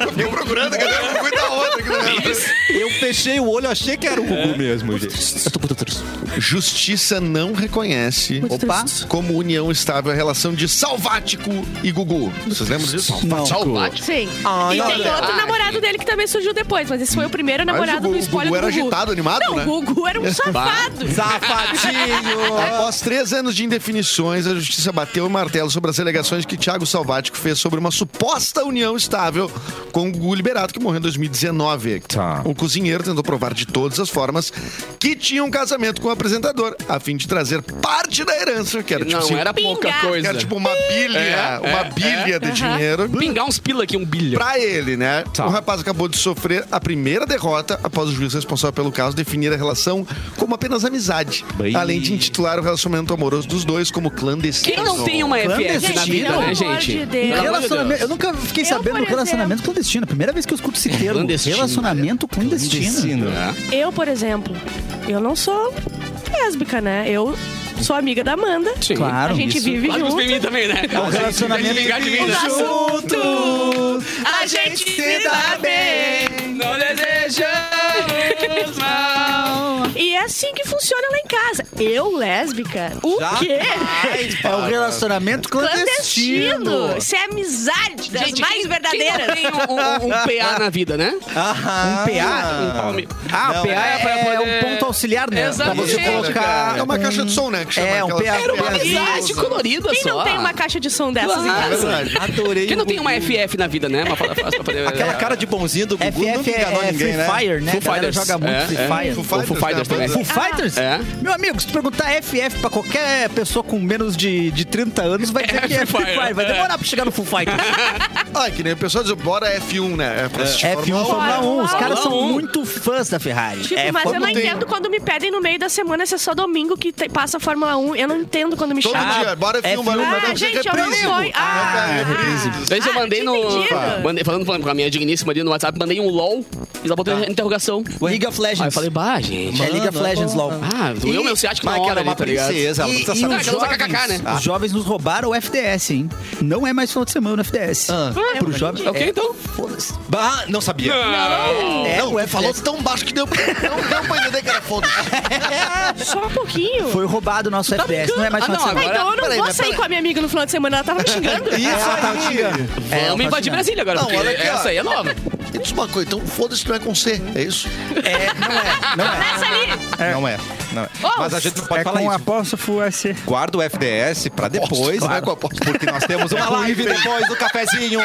Eu fiquei procurando, cadê? Eu fui da outra. que não era.
Eu fechei o olho, achei que era o Cucu mesmo, gente.
Justiça não reconhece
Opa.
como união estável a relação de Salvático e Gugu. Vocês Vocês lembram disso?
Não.
Salvático.
Sim.
Ai,
e tem
Ah, olha.
outro
Ai.
namorado dele que também surgiu depois, mas esse foi o primeiro
Mas
namorado
o Gugu-
do spoiler
o Gugu
do
era
Gugu.
agitado, animado,
Não,
né?
o Gugu era um safado.
Safadinho!
Após três anos de indefinições, a justiça bateu o martelo sobre as alegações que Thiago Salvático fez sobre uma suposta união estável com o Gugu Liberato, que morreu em 2019.
Tá.
O cozinheiro tentou provar de todas as formas que tinha um casamento com o apresentador, a fim de trazer parte da herança, que era tipo
Não,
assim,
era pouca
Pingar.
coisa.
era tipo uma bilha,
É,
uma
é,
bilha de dinheiro.
Pingar uns pila aqui, um bilhão.
Pra ele, né?
Tá.
O rapaz acabou de sofrer a primeira derrota após o juiz responsável pelo caso definir a relação como apenas amizade.
Bem.
Além de intitular o relacionamento amoroso dos dois como clandestino.
Quem não tem uma FF na
Clandestino.
vida, né,
Pelo amor
gente?
de Deus.
Pelo amor de
Relacionamento, eu
Deus.
nunca fiquei
Eu,
sabendo
por
do relacionamento clandestino. Primeira vez que eu escuto
É
esse termo.
Clandestino,
Relacionamento clandestino.
Destino.
Eu, por exemplo, eu não sou lésbica, né? Eu sou amiga da Amanda.
Sim.
Claro.
a gente
isso.
vive
Claro que os
junto.
mim também, né?
É um relacionamento
Desligar de mim, né?
juntos.
A gente se dá bem, não desejamos mal.
E é assim que funciona lá em casa. Eu, lésbica? O quê?
É o relacionamento
tá
clandestino.
Clandestino! Isso é amizade das mais verdadeiras.
Tem um, um- um PA na vida, né?
Um PA?
Palme-
Ah, o
Não,
PA é,
é pra
é
poder-
um ponto auxiliar, né?
Exatamente,
Pra você colocar.
É uma caixa de som, né? Que chama
É, um
aquelas-
PA. Era uma
É,
Amizade colorida
Quem
só.
não tem uma caixa de som dessas em
Claro.
casa?
verdade.
Adorei.
Quem não
o
um
tem uma
Gugu.
FF na vida, né? Uma fala- fala- pra poder-
Aquela cara de bonzinho do Gugu
FF
nunca enganou
é, é
ninguém,
Free
né?
Fire, né?
Foo
A galera
Fighters.
joga muito
É,
Free
é.
Fire.
Foo
Ou Foo Fighters
Fighters, né?
também.
Foo Fighters?
É.
Meu amigo, se perguntar FF pra qualquer pessoa com menos de, de 30 anos, vai dizer que é Free Fire. Vai demorar pra chegar no Full Fighters.
Ah, que nem o pessoal diz, bora F1, né? É pra assistir
F1 Fórmula 1.
Fórmula 1.
Os caras
Fórmula
são
1.
muito fãs da Ferrari. É, um.
Tipo,
É,
mas eu não
tem-
entendo quando me pedem no meio da semana se é só domingo que te- passa a Fórmula 1. Eu não entendo quando me
Todo
chamam.
dia, bora F1,
F1.
bora
Ah,
bora-
Ah, gente, eu não
reprise.
fui. Ah,
É, reprise.
Daí eu
Ah,
mandei no.
entendi.
Mandei, falando com a minha digníssima ali no WhatsApp, mandei um LOL e ela botou interrogação.
Liga of Legends.
Aí eu falei, bah, gente.
é Liga of Legends, LOL.
Ah, doeu meu ciático na
Mas que
hora
era
ali,
uma
tá ligado?
princesa, ela não
E,
precisa
e
saber
os,
Não, usa
jovens,
KKK, né?
os jovens nos roubaram o FDS, hein? Não é mais final de semana o FDS.
Ah.
Pro jovem.
É o quê, então?
Foda-se.
Bah, não sabia.
É,
Não,
o
tu
FDS
falou tão baixo que deu pra, não deu pra entender que era foda.
Só um pouquinho.
Foi roubado o nosso FDS, não é mais
Ah,
final de
não,
semana.
Ah, então eu não
Peraí,
vou
mas
sair
peraí.
com a minha amiga no final de semana, ela tava me xingando.
Ela tava te xingando. É, ela
Vamos
tava
invadir
xingando.
Brasília agora,
Não,
porque
olha aqui, ó.
essa aí é nova.
E diz uma coisa, então foda-se não é com C, é isso?
Não é.
Essa ali.
Não é. Não é. Mas a gente não pode
é
falar
com
isso.
apóstrofo S.
Guarda o FDS pra depois,
Claro.
né, com a- porque nós temos É uma live É depois do cafezinho.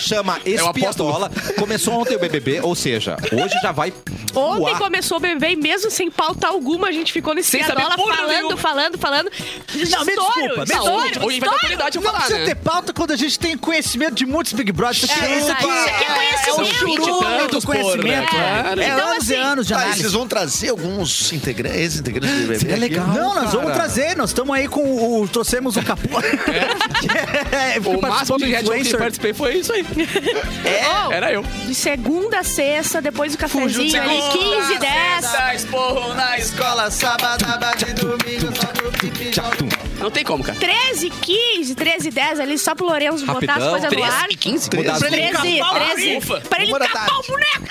Chama
um
Espiadola. Começou ontem o BBB, ou seja, hoje já vai
Ontem
voar.
começou o bebê e mesmo sem pauta alguma, a gente ficou nesse
Sem saber
piadola
porra
falando,
nenhuma.
falando, falando.
Não, me desculpa, me
estouro,
desculpa. Hoje vai ter
estouro.
autoridade. Deixa eu
Não
falar,
precisa
né?
ter pauta quando a gente tem conhecimento de muitos Big Brothers. Isso
É, isso aqui- isso aqui é
o
conhecimento.
churume do
Tantos, porra.
conhecimento.
Claro.
É 11
Então, assim,
anos de
Tá, e
análise. é
vocês vão trazer alguns integra ex-integrantes do
é
BBB? aqui?
Não, nós
cara.
vamos trazer. Nós estamos aí com o. Trouxemos o capô. É,
O
porque
máximo
participou
de Red Bull
do
que
influencer.
participei foi isso aí.
Oh,
Era eu.
De segunda a sexta, depois o
Fugiu É. de
cafezinho ali,
segunda,
15, 10.
sexta, esporro na escola.
Tchatum.
Não tem como, cara.
13, 15, 13, 10 ali, só pro Lourenço botar as
Rapidão.
coisas no
13
ar.
e 15?
Mudar as
13,
cores.
13.
Ufa.
Pra ele
Uma da
encapar o
tarde.
boneco.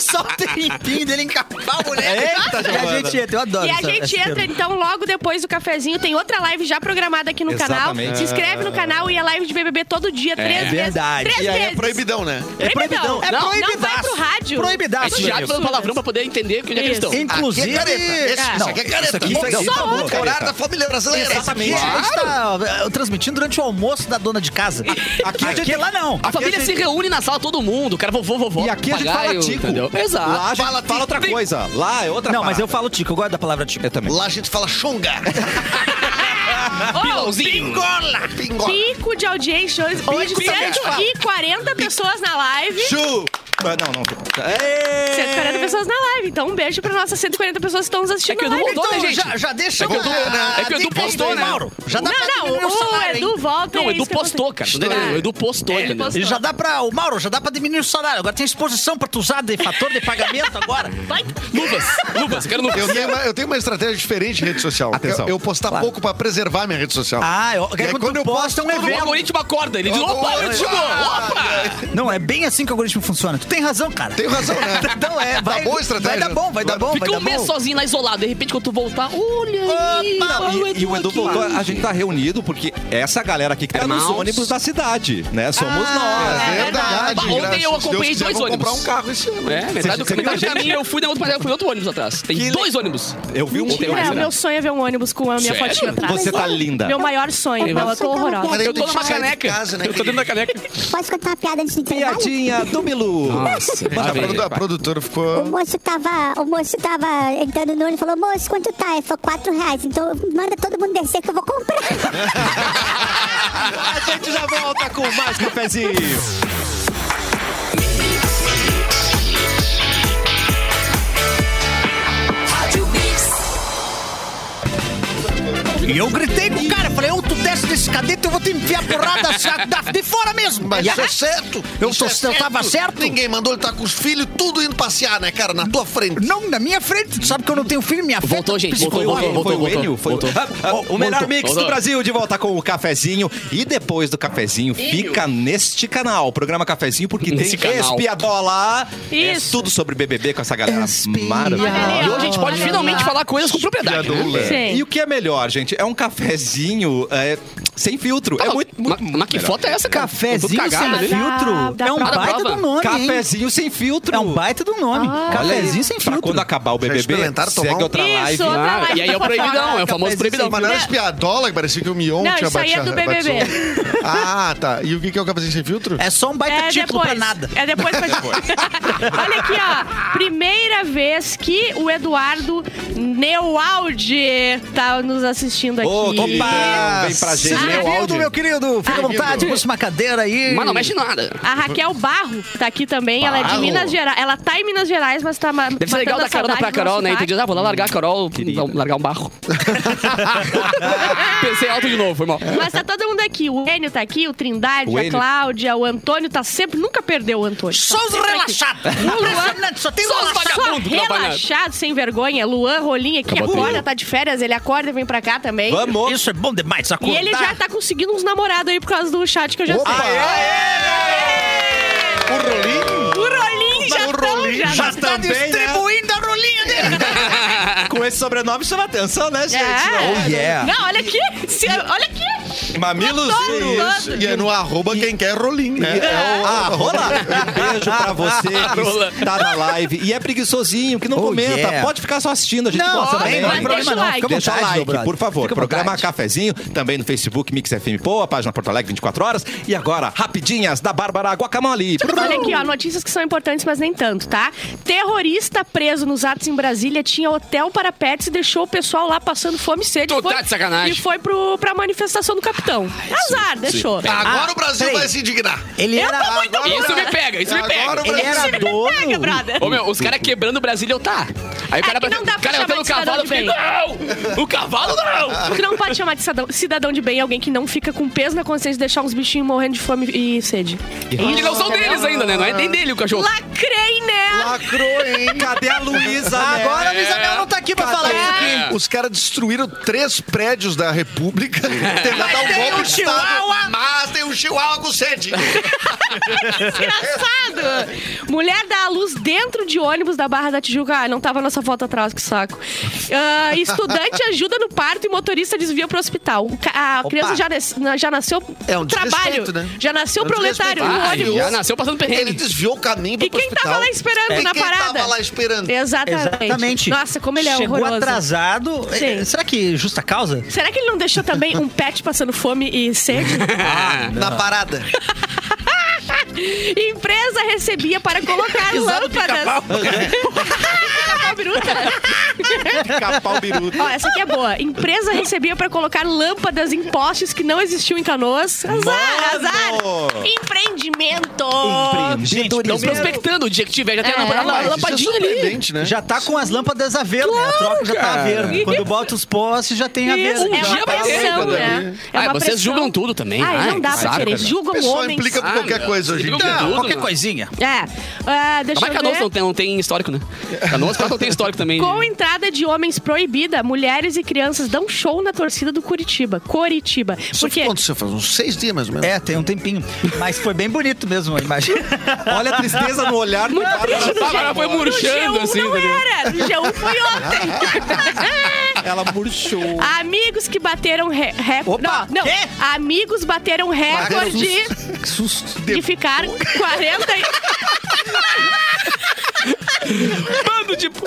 Só o tempinho dele encapar o moleque. Eita, e a gente entra, eu adoro.
E a
essa-
gente
essa
entra,
cena.
então, logo depois do cafezinho. Tem outra live já programada aqui no canal.
Exatamente.
Se inscreve no canal e é live de BBB todo dia, três vezes.
verdade.
Três
E aí é
vezes.
proibidão, né?
É proibidão.
Não, não vai pro rádio.
Proibidaço.
Esse
meu
diário
Deus.
falando palavrão pra poder entender o que é
Isso.
questão.
Inclusive.
Aqui é careta. Esse,
É.
Isso aqui é careta.
isso aqui- isso aqui
Isso
tá bom,
aqui é horário
careta.
da família brasileira.
Aqui
Isso
a gente está eh, transmitindo durante o almoço da dona de casa. Aqui, é lá não.
A família se reúne na sala, todo mundo. O cara, vovô, vovó,
E aqui a gente fala
papagaio,
tico.
entendeu? Exato.
Lá a gente
Fala
fala,
tico.
outra coisa. Lá é outra
Não, mas
parada.
eu falo tico, eu gosto da palavra tico.
Eu também.
Lá a gente fala xonga.
Pilãozinho.
um Pingola. Pingola.
Pico de audiência hoje, hoje
Pico, cara.
140 pessoas na live.
Chu.
Mas Não, não.
140 pessoas na live. Então, um beijo pra nossas 140 pessoas que estão nos assistindo
É que o
na
Edu
live.
voltou, né, gente?
já, já deixa
É que o
eu eh,
Edu- é que o Edu postou, né?
Já dá pra
Então, não,
diminuir
não,
o
o
salário, hein?
Edu volta.
Não, o
é
Edu
isso que eu
postou, cara. né? Tudo bem, O Edu postou, entendeu?
postou.
E já dá pra. O Mauro, já dá pra diminuir o salário. Agora tem exposição pra tu usar de fator de pagamento agora.
Luvas, luvas, eu quero luvas.
Eu tenho, uma, eu tenho uma estratégia diferente em rede social.
Atenção.
Eu, eu postar pouco pra preservar minha rede social.
Ah, eu,
E aí,
quando,
quando
tu
eu
posta
posto,
um
todo
O
evento.
algoritmo acorda, ele diz, opa, ele chegou, opa!
Não, é bem assim que o algoritmo funciona. Tu tem razão, cara.
Tem razão, né?
Então é, vai,
boa a estratégia.
vai dar bom, vai dar bom, vai
Fica
dar
um mês
bom.
sozinho lá isolado. De repente, quando tu voltar, uh, olha aí. olha
Não, Ah, tá. e, e o Edu
aqui.
voltou, a gente tá reunido porque essa galera aqui que tá
É
nos
mouse.
ônibus da cidade, né? Somos nós.
É verdade.
Ontem eu
graças a Deus,
acompanhei
quiser,
dois
vou comprar
ônibus.
um carro esse ano.
É, metade do, metade do caminho eu fui na outra, mas eu fui outro ônibus atrás. Tem dois ônibus.
Eu vi um
Mentira,
outro
É,
ônibus.
o meu sonho é ver um ônibus com a minha
Sério?
fotinha atrás.
Você tá linda.
Meu maior sonho, não, eu tô horrorosa.
Mas aí
Eu
tem
tô
que
numa
sair de
caneca.
casa, né,
Eu tô dentro da caneca.
Posso contar uma piada antes do intervalo?
Piadinha do Milu.
Nossa,
A,
Manda pra
produ- a produtora
O
ficou.
moço tava, o moço tava entrando no olho e falou, moço, quanto tá? Ele falou, 4 reais. Então manda todo mundo descer que eu vou comprar.
A gente já volta com mais cafezinho.
E eu gritei com o cara, falei, ou tu desce desse cadete, eu vou te enfiar porrada sa- da- de fora mesmo.
Mas
E
isso
a-
é certo.
Eu
isso
tô-
é
eu tava certo?
Ninguém mandou ele tá com os filhos, tudo indo passear, né, cara? Na tua frente.
Não, na minha frente, tu sabe que eu não tenho filho, minha frente.
Voltou, gente, voltou,
Foi
voltou,
o- foi
voltou,
o Enio?
voltou.
Foi o- Ah, ah, O melhor mix do
Voltou.
Brasil de volta com o cafezinho. E depois do cafezinho, fica neste canal, programa Cafezinho, porque
Nesse
tem
canal.
Espiadola.
Isso.
É tudo sobre BBB com essa galera
Espia-
maravilhosa.
E hoje a gente pode
Olha
finalmente
lá.
falar coisas com propriedade. né?
Piadola.
Sim.
E o que é melhor, gente? É um cafezinho é, sem filtro. é
Ah,
muito,
ma-
muito, muito
Mas que
melhor.
foto é essa, cara?
Cafezinho
Eu tô cagado
tá sem
ali.
filtro.
Dá
é um
pra-
baita
prova.
do nome, hein?
Cafezinho sem filtro.
É um baita do nome.
Olha aí,
Cafezinho sem
Pra
filtro.
quando acabar o BBB,
experimentaram tomar
segue
um-
outra live.
Isso, outra
Ah,
live
e aí é o
pra falar.
proibidão, é o famoso
Cafezinho
proibidão.
Mas não era espiadola que parecia que o Mion
Não,
tinha
isso aí é
batido.
do BBB.
batido. Ah, tá. E o que que é o cafezinho sem filtro?
É só um baita
É
título
depois.
pra nada.
É depois pra Olha aqui, ó. Primeira vez que o Eduardo Neualdi tá nos assistindo aqui.
Ô, que bom, vem pra gente.
Seja
Meu
bem-vindo,
áudio.
meu querido. Fica à vontade,
Bem-vindo.
puxa uma cadeira aí.
Mas não mexe em nada.
A Raquel Barro tá aqui também. Ela é de
Barro.
Minas Gerais. Ela tá em Minas Gerais, mas tá ma
Deve ser legal dar carona pra Carol, né? Entendi. Ah, vou lá largar a Carol, dar um- largar um barro. Pensei alto de novo, foi mal.
Mas tá todo mundo aqui. O Enio tá aqui, o Trindade,
O
a
Enio.
Cláudia, o Antônio tá sempre. Nunca perdeu o Antônio. Tá
Só os relaxados. Impressionante, só tem
Só os
relaxado.
Só
vagabundo na banhada.
relaxado, sem vergonha. Luan Rolinha, que
botei.
acorda, tá de férias, ele acorda e vem pra cá também.
Vamos.
Isso é bom demais,
E
acordar.
ele já tá conseguindo uns namorados aí por causa do chat que eu já
Opa!
sei.
O Rolim?
O Rolim já tão, já.
já
tá.
tá também, né?
distribuindo a rolinha dele.
Com esse sobrenome chama atenção, né, gente?
É.
Oh, yeah.
Não, olha aqui. se- olha aqui.
Mamilos.
Adoro.
Isso.
Isso. E é no arroba quem quer Rolim, né? É o-
Ah, rola! Um beijo pra você
Rola.
que tá na live e é preguiçosinho, que não
Oh,
comenta.
yeah.
Pode ficar só assistindo, a gente
Não,
gosta também.
também,
né?
não
tem problema
deixa
não,
o
fica
like,
à
deixa o
vontade, meu
like,
brother.
por favor.
Fica à
Programa
vontade.
Cafezinho, também no Facebook Mix FM Poa, página Porto Alegre, 24 horas. E agora, rapidinhas da Bárbara Guacamole.
Olha aqui, ó. Notícias que são importantes, mas nem tanto, tá? Terrorista preso nos atos em Brasília tinha hotel para pets e deixou o pessoal lá passando fome e sede.
Tu
Foi-
tá de sacanagem.
E foi pro, pra manifestação do capitão. Azar, deixou.
Tá, Agora
Ah,
o Brasil
peraí.
vai se indignar.
Ele era,
Isso me pega, isso me
Agora
pega.
o
ele
Brasil
era
Pega,
dono.
brother.
Ô meu, os caras quebrando o Brasília, eu tá. Aí o cara,
É que não dá pra
o cara
chamar
bateu no
de cidadão
cavalo, eu falei, não! O cavalo não!
Tu não pode chamar de cidadão, cidadão de bem é alguém que não fica com peso na consciência de deixar uns bichinhos morrendo de fome e sede.
E não são deles ainda, né? Não é nem dele o cachorro.
Lacrei, né?
lacrou, hein?
Cadê a Luísa?
Agora a
né?
Luísa Mel não tá aqui pra falar isso aqui.
É.
Os caras destruíram três prédios da República. Tentaram dar um golpe de Estado, Mas tem um chihuahua com sede.
Engraçado! Mulher dá à luz dentro de ônibus da Barra da Tijuca. Ah, não tava nossa foto atrás, que saco. Ah, estudante ajuda no parto e motorista desvia pro hospital. O ca- A criança já, nas- já nasceu
É um
trabalho.
desrespeito, né?
Já nasceu
É um
proletário no
desrespeito.
Ai,
ônibus.
já nasceu passando
Ele
perrengue.
desviou o caminho pro
E quem
hospital.
tava lá esperando
E
na
quem
parada?
tava lá esperando?
Exatamente.
Exatamente.
Nossa, como ele é
Chegou
horroroso.
atrasado.
Sim.
Eh, Será que justa causa?
Será que ele não deixou também um pet passando fome e sede?
Na parada.
Empresa recebia para colocar lâmpadas. Pica-pau biruta.
Capau biruta.
Ó, essa aqui é boa. Empresa recebia para colocar lâmpadas em postes que não existiam em canoas. Azar, azar. Empreendimento.
Estão prospectando o dia que tiver, já tem uma
Ah, mas
lampada-
isso é
lampadinha ali.
surpreendente, Né?
Já tá com as lâmpadas a ver, né? A troca já tá a ver. Quando bota os postes, já tá tem a ver.
Isso, é
Um dia
uma
vai ter
pressão,
lâmpada
né?
ali.
É
Ai,
uma
vocês
pressão.
julgam tudo também.
Ai,
Ai,
não dá pra
sabe,
querer.
cara.
O
Julgam
pessoal
homens.
implica por
Ah,
qualquer
meu.
coisa hoje em
Implicam
dia.
tudo,
Qualquer
né?
coisinha.
É. Ah, deixa
Mas
eu ver.
né? canoas não tem, não tem histórico, né? Canoas quase não tem histórico também.
Com
de-
entrada de homens proibida, mulheres e crianças dão show na torcida do Curitiba. Coritiba.
Só que
Porque
quanto você faz? Uns seis dias mais ou menos.
É, tem um tempinho. Mas foi bem bonito mesmo a imagem.
Olha a tristeza no olhar do Bárbara.
A Bárbara foi
um no
murchando,
G1
assim.
não é?
tá ligado?
era. No G1 foi ontem.
Ela murchou.
Amigos que bateram re- recorde.
Opa,
não, não.
quê?
Amigos bateram
Ah,
recorde
Que susto.
de ficar 40 e...
Mano, tipo,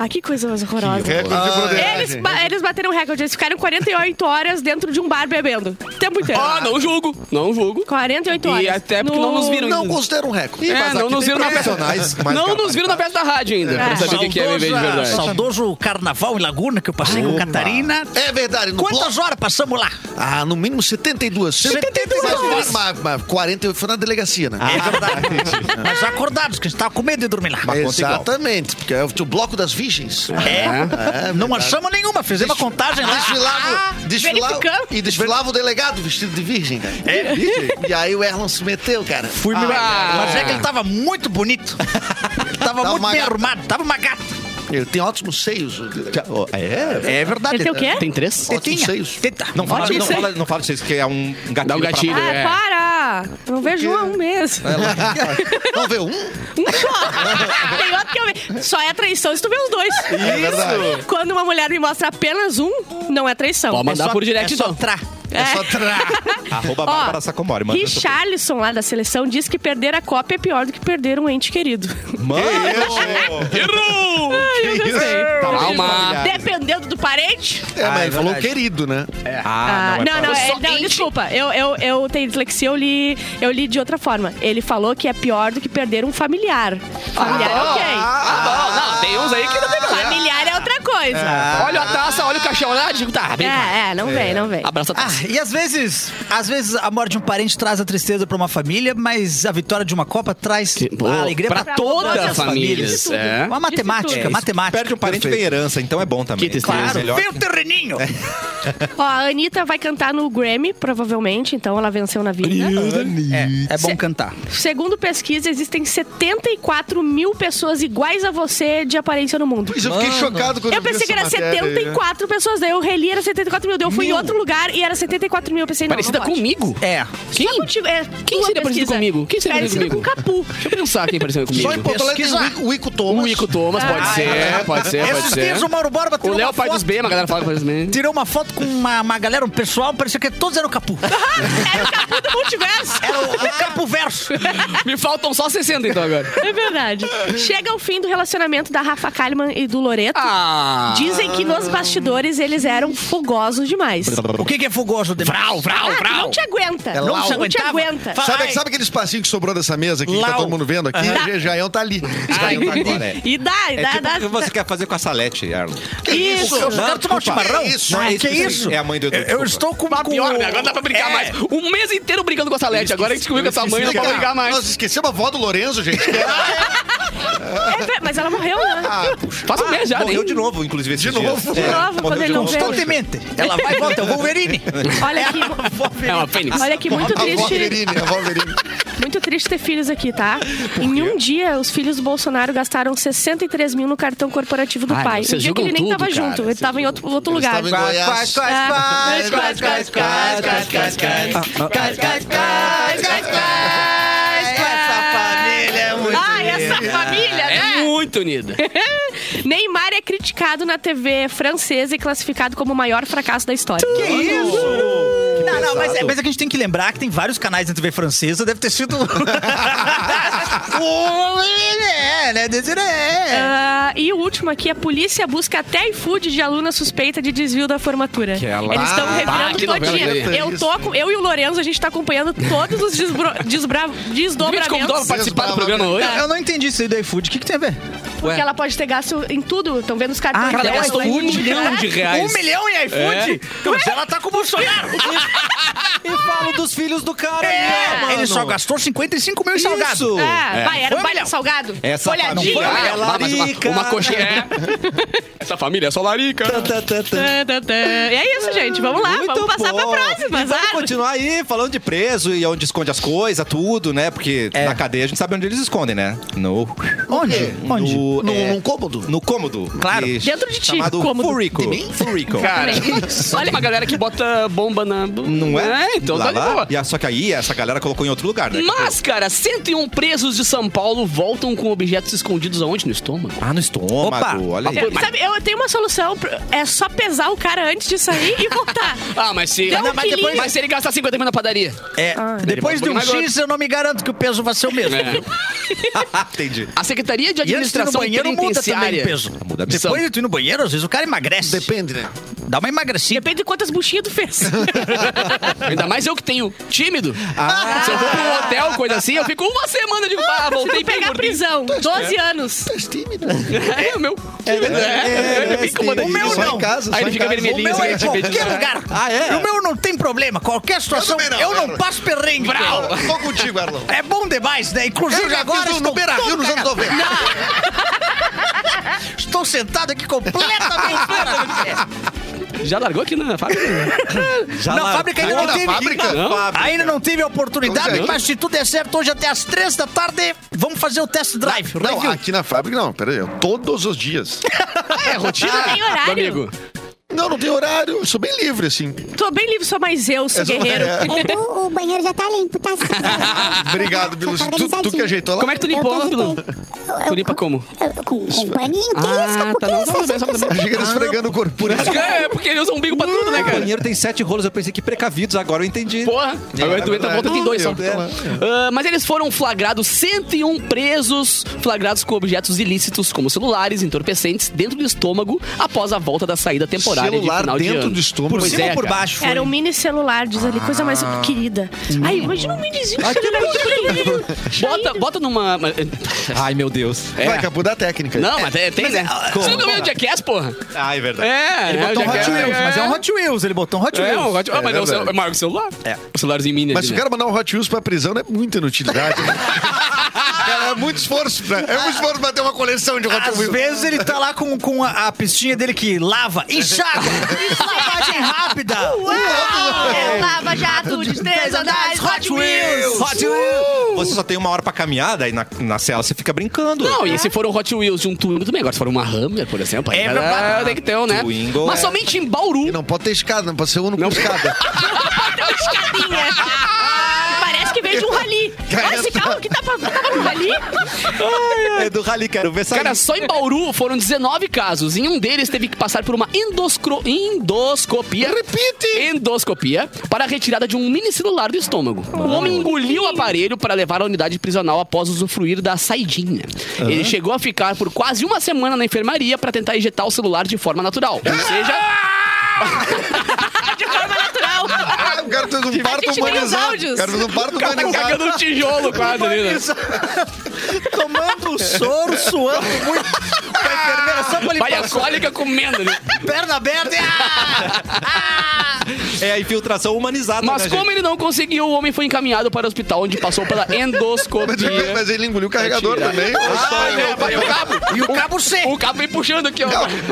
Ah, que coisa mais horrorosa.
Recorde de broderagem.
Eles, ba- eles bateram recorde, eles ficaram 48 horas dentro de um bar bebendo. O tempo inteiro.
ó, Ah, não julgo, não julgo.
48 horas.
E até porque não nos viram
Não
ainda.
considero um recorde.
É,
mas
não
aqui
nos
tem
viram na
profissionais mais
Não nos
capazes.
viram na festa da rádio ainda. Pra saber o que que é viver de verdade.
Saudoso carnaval em Laguna que eu passei com
Opa.
Catarina.
É verdade. No
Quantas
bloco-
horas passamos lá?
Ah, no mínimo 72.
72
Mas, mas, Ah, mas 48 foi na delegacia, né?
É verdade. Mas acordados, que a gente tava com medo de dormir lá.
Exatamente, porque é o bloco das virgens.
É, não achamos nenhuma, fizemos a contagem lá.
Desfilava, desfilava
verificando.
e desfilava o delegado vestido de virgem, cara. É, virgem? E aí o Erlon se meteu, cara.
Fui me-
Ah.
Mas é que ele tava muito bonito. Ele tava,
Tava
muito
uma
bem
gata.
arrumado, tava uma gata.
Ele tem ótimos seios. o delegado.
É?
É verdade.
Ele tem o quê?
Tem três?
Ótimos seios.
Teta.
Não fala,
Ótimo,
não,
isso aí.
fala, não fala disso, que é um gatilho.
Dá um
pra-
gatilho.
Ah,
É.
para! Não vejo um há um mês.
Não vê um?
Um só! Tem outro que eu vejo. Só é traição se tu vê os dois.
É verdade.
Quando uma mulher me mostra apenas um, não é traição.
Ó,
É
mandar
só-
por direct
é só
então.
tra.
É só tra.
Arroba Bárbara Sacomori. manda essa-
Richarlison, lá da seleção, diz que perder a Copa é pior do que perder um ente querido.
é,
Mano!
Errou!
Ai, eu gostei.
Calma.
Dependendo do parente.
É, mas
Ah, é
ele falou
verdade.
querido, né?
Ah,
ah, não, não,
pra-
é- não, desculpa. Eu, eu, eu tenho dislexia, eu li, eu li de outra forma. Ele falou que é pior do que perder um familiar. Familiar é ok.
Ah, bom, não, tem uns aí que não tem problema.
Familiar é outra coisa.
Olha a taça, olha o caixão lá, digo, tá, bem.
É, é, não vem, não vem.
Abraça a
Ah,
taça.
e às vezes, às vezes a morte de um parente traz a tristeza pra uma família, mas a vitória de uma Copa traz
Pô,
a alegria pra,
pra toda
todas
a
as
família,
famílias.
isso é.
Uma matemática,
tudo.
matemática.
Perde um parente vem
Perfeito.
herança, então é bom também.
Que tristeza.
É melhor.
Vem o terreninho!
Ó, a Anitta vai cantar no Grammy, provavelmente, então ela venceu na vida.
É, é bom
Cê-
cantar.
Segundo pesquisa, existem 74 mil pessoas iguais a você de aparência no mundo.
Pois eu fiquei chocado quando eu
Eu pensei
vi
que era
essa matéria aí. né?
74 pessoas, daí eu reli, era 74 mil, daí eu fui
Mil?
em outro lugar e era 74 mil. Eu pensei, não,
Parecida
não pode.
comigo?
É.
Quem?
Só contigo, é,
Quem
tua
seria parecido
pesquisa.
comigo? Quem seria parecido comigo?
parecido com Capu.
Deixa eu pensar quem pareceu comigo.
Só em Porto Alegre tem o Ico- o Ico Thomas.
O Ico Thomas, pode ser, pode ser, pode
Esses dias o
ser.
Mauro Borba
O
tirou
Léo,
uma
pai
foto,
dos B, mas a galera fala que faz dos B.
tirou uma foto com uma, uma galera, um pessoal, parecia que todos eram capu.
Era É, o Capu do multiverso.
Era o, o capu verso.
Me faltam só 60 então agora.
É verdade. Chega ao fim do relacionamento da Rafa Kalimann e do Loreto.
Ah!
Dizem que nos bastidores eles eram fogosos demais.
O que, que é fogoso de Vral, vral,
Ah, tu não te aguenta.
É
Não
lau.
se
Não te
aguentava.
aguenta.
Fala,
Sabe,
ai,
sabe aquele espacinho que sobrou dessa mesa aqui, que tá
Lau.
todo mundo vendo aqui? Uhum. Jaião tá ali.
Saiu agora, é.
E dá, e
É
dá,
tipo
dá.
o que você quer fazer com a Salete, Erlon.
Isso, eu quero tomar um
desculpa.
chimarrão.
É isso.
Ah,
É isso
que
que eu
isso?
sei. É a mãe do Edu,
Eu- Eu
desculpa.
estou com...
Tá
com-
pior, né? Agora não dá pra brigar
É.
mais. Um mês inteiro brigando com a Salete. Agora a gente descobriu que essa mãe não dá pra brigar
Nós
Tá mais.
esquecemos a avó do Lorenzo, gente.
É, ver- mas ela morreu, né?
Faz um mês já,
Morreu
nem-
de novo, inclusive, esse
De novo?
é. De novo, quando ele não vê.
Constantemente. Ela vai e volta, é o Wolverine.
Olha aqui.
É uma fênix.
Olha aqui, muito
A avó
triste,
Verine, a avó Verine.
muito triste ter filhos aqui, tá? Em um dia, os filhos do Bolsonaro gastaram 63 mil no cartão corporativo do
Ai,
pai. Um
vocês
dia que ele
julgam
nem
tudo,
tava
cara.
junto, ele
Vocês
tava em outro, outro lugar.
estavam em Goiás.
Ah, quase, quase, quase, quase, quase,
É,
Ah, essa família,
É
né?
muito unida.
Neymar é criticado na TV francesa e classificado como o maior fracasso da história.
Que isso? Não, não, mas é, mas é que a gente tem que lembrar que tem vários canais na TV francesa, deve ter sido. Um é, né? Desse- é.
Ah, e o último aqui, a polícia busca até iFood de aluna suspeita de desvio da formatura. Eles estão
Ah, que
revirando
novela
todinha.
grande.
Eu, tô, com- eu e o Lorenzo, a gente tá acompanhando todos os desbro, desbra,
Gente, como dá pra
desdobramentos.
participar do programa hoje?
Eu não entendi isso aí do iFood. O que, que tem a ver?
Porque ela pode ter gasto em tudo. Estão vendo os cartões
Ah,
Cara, ela
dela.
gastou
ela-
né?
um milhão de reais.
É. Um milhão em iFood? Então, se ela tá com o Bolsonaro.
e falo dos filhos do cara. É, mano.
Ele só gastou 55 mil em salgado.
Isso.
Ah, vai, era
Foi
um baile
melhor.
salgado.
Essa
Olhadinha.
família
Ah,
é
ela-
Ah, mas uma,
larica.
uma coxinha. É. Essa família é só larica.
Tá, tá, tá, tá.
Tã, tã, tã. É isso, gente. Vamos lá.
Muito
vamos passar pra
bom.
próxima.
E vamos
azar.
continuar aí falando de preso e onde esconde as coisas, tudo, né? Porque
É.
na cadeia a gente sabe onde eles escondem, né? No.
Onde? Onde?
No,
Num,
é,
num cômodo.
no cômodo.
Claro.
E
Dentro de ti,
Chamado
cômodo.
Furico.
De mim?
Furico.
Cara, só olha uma galera que bota bomba na.
Não é?
então
lá,
tá de
lá.
boa.
E a- só que aí essa galera colocou em outro lugar, né?
Mas, cara, 101 presos de São Paulo voltam com objetos escondidos aonde? No estômago.
Ah, no estômago.
Opa.
Olha aí.
É, Sabe, eu tenho uma solução. pro- É só pesar o cara antes de sair e voltar.
Ah, mas se.
Dá um
mas, depois-
quilinho.
mas se ele gastar 50 mil na padaria.
É, depois de um X, eu não me garanto que o peso vai ser o mesmo.
Entendi.
É. A Secretaria de
E antes de ir no
Administração
banheiro, muda também
Penitenciária.
o peso.
Muda a
Depois de tu ir no banheiro, às vezes o cara emagrece.
Depende, né?
Dá uma emagrecida.
Depende de quantas buchinhas tu fez.
Ainda mais eu que tenho tímido.
Ah.
Se eu vou pra um hotel, coisa assim, eu fico uma semana de ah, voltei bem
Tem né? que pegar
gordinho.
prisão. 12 anos.
É, o meu.
é,
É,
é,
fica uma
é,
delícia.
o meu
Só
não.
em casa,
Aí
só
ele
em
fica
casa.
O
vermelhinho.
meu é em
assim,
tipo,
de repente.
qualquer lugar.
Ah, é?
E O meu não tem problema. Qualquer situação,
também
eu
não, né?
não,
eu-
passo perrengue.
Brau.
Tô contigo, Erlon.
É bom demais, né? Inclusive
Eu já
agora
fiz um
estou
no Beira Rio
todo
nos anos
cagado.
90.
Estou sentado aqui completamente fora do pé.
Já largou aqui na fábrica?
Já
Na
lá-
fábrica ainda
tá Aqui
não
na
tive.
fábrica?
Não.
Fábrica.
Ainda não tive a oportunidade,
Pois é.
mas se tudo der certo hoje até as três da tarde, vamos fazer o test drive.
Não,
Review.
é aqui na fábrica não, peraí. eu- Todos os dias.
É, rotina.
Não tem horário.
Amigo.
Não, não tem horário, eu sou bem livre, assim.
Tô bem livre, sou mais eu, sou
Eu sou-
guerreiro.
é.
Edu, o banheiro já tá limpo, tá?
Obrigado, Bilu.
Tá
Tu, tu que
organizadinho.
ajeitou lá?
Como é que tu limpou,
Eu
Bilu?
acreditei.
Tu limpa como?
Eu- Com, com um paninho? Que
Ah,
isso? Por
tá,
que Ah,
não, não,
isso?
não, não, não, não.
Chega esfregando o corpo. Por isso que
É, porque ele usa um bico pra tudo, né,
O
cara?
banheiro tem sete rolos, eu pensei que precavidos, agora eu entendi.
Porra, agora tu
é
entra
verdade.
volta tem dois só.
Eu, é. eu,
Ah, mas eles foram flagrados, 101 presos, flagrados com objetos ilícitos como celulares, entorpecentes, dentro do estômago, após a volta da saída temporária de
Celular
final de
dentro
ano.
do estômago?
Por
Pois
cima
é,
ou por
cara.
baixo?
Era um mini celular, diz ali, coisa mais querida. Ai, imagina um minizinho.
Bota, bota numa...
Ai, meu Deus.
É.
Vai, Capu, dá a técnica. aí.
Não, mas
é,
tem, tem né? Você nunca viu o Jackass, porra?
Ah, é verdade.
É,
Ele
é,
botou um Hot
Jackass,
Wheels, mas é um Hot Wheels. Ele botou um Hot
É, um
Wheels.
Hot Wheels. Ah, mas é, o celu- é maior que o celular. É. O celularzinho mini
Mas se
ali,
o
né?
cara mandar um Hot Wheels pra prisão, não é muita inutilidade. né? Cara, é muito esforço, pra, é muito esforço pra ter uma coleção de Hot
Às
Wheels.
vezes ele tá lá com, com a, a pistinha dele que lava, enxaga, lavagem rápida.
Lava jato de três andares, Hot Wheels.
Hot Wheels. Você só tem uma hora pra caminhar, daí na, na cela você fica brincando.
Não, e se for um Hot Wheels de um Twingo também, agora se for uma Hammer, por exemplo, aí
É verdade.
ah, tem que ter um, né?
Twingo
Mas
é-
somente em Bauru.
Não pode ter escada, não pode ser uno com
Não.
escada.
Escadinha. Parece que veio de um rali. Olha esse carro que tava, tava no rali.
É do Rally, quero ver
Tá
sair.
Cara, só em Bauru foram 19 casos. Em um deles teve que passar por uma endoscro... endoscopia. Repite! Endoscopia para a retirada de um mini celular do estômago. O homem engoliu o aparelho para levar à unidade prisional após usufruir da saidinha. Ele chegou a ficar por quase uma semana na enfermaria para tentar injetar o celular de forma natural. Ou seja.
De forma natural.
Ah, o cara fez um
tem
parto
os
humanizado.
áudios.
O cara fez um parto
O cara tá
humanizado.
cagando no tijolo quase ali, né?
Tomando um soro, suando muito. Com a enfermeira só pra
Vai
limpar
a cólica comendo, né?
perna aberta. e- Ah!
É a infiltração humanizada,
Mas
né,
como ele não conseguiu, o homem foi encaminhado para o hospital onde passou pela
Mas ele-
É.
endoscopia.
Mas ele engoliu o carregador
Atira.
também.
Ah, é, vai o cabo.
E o cabo C.
O cabo vem puxando aqui, ó.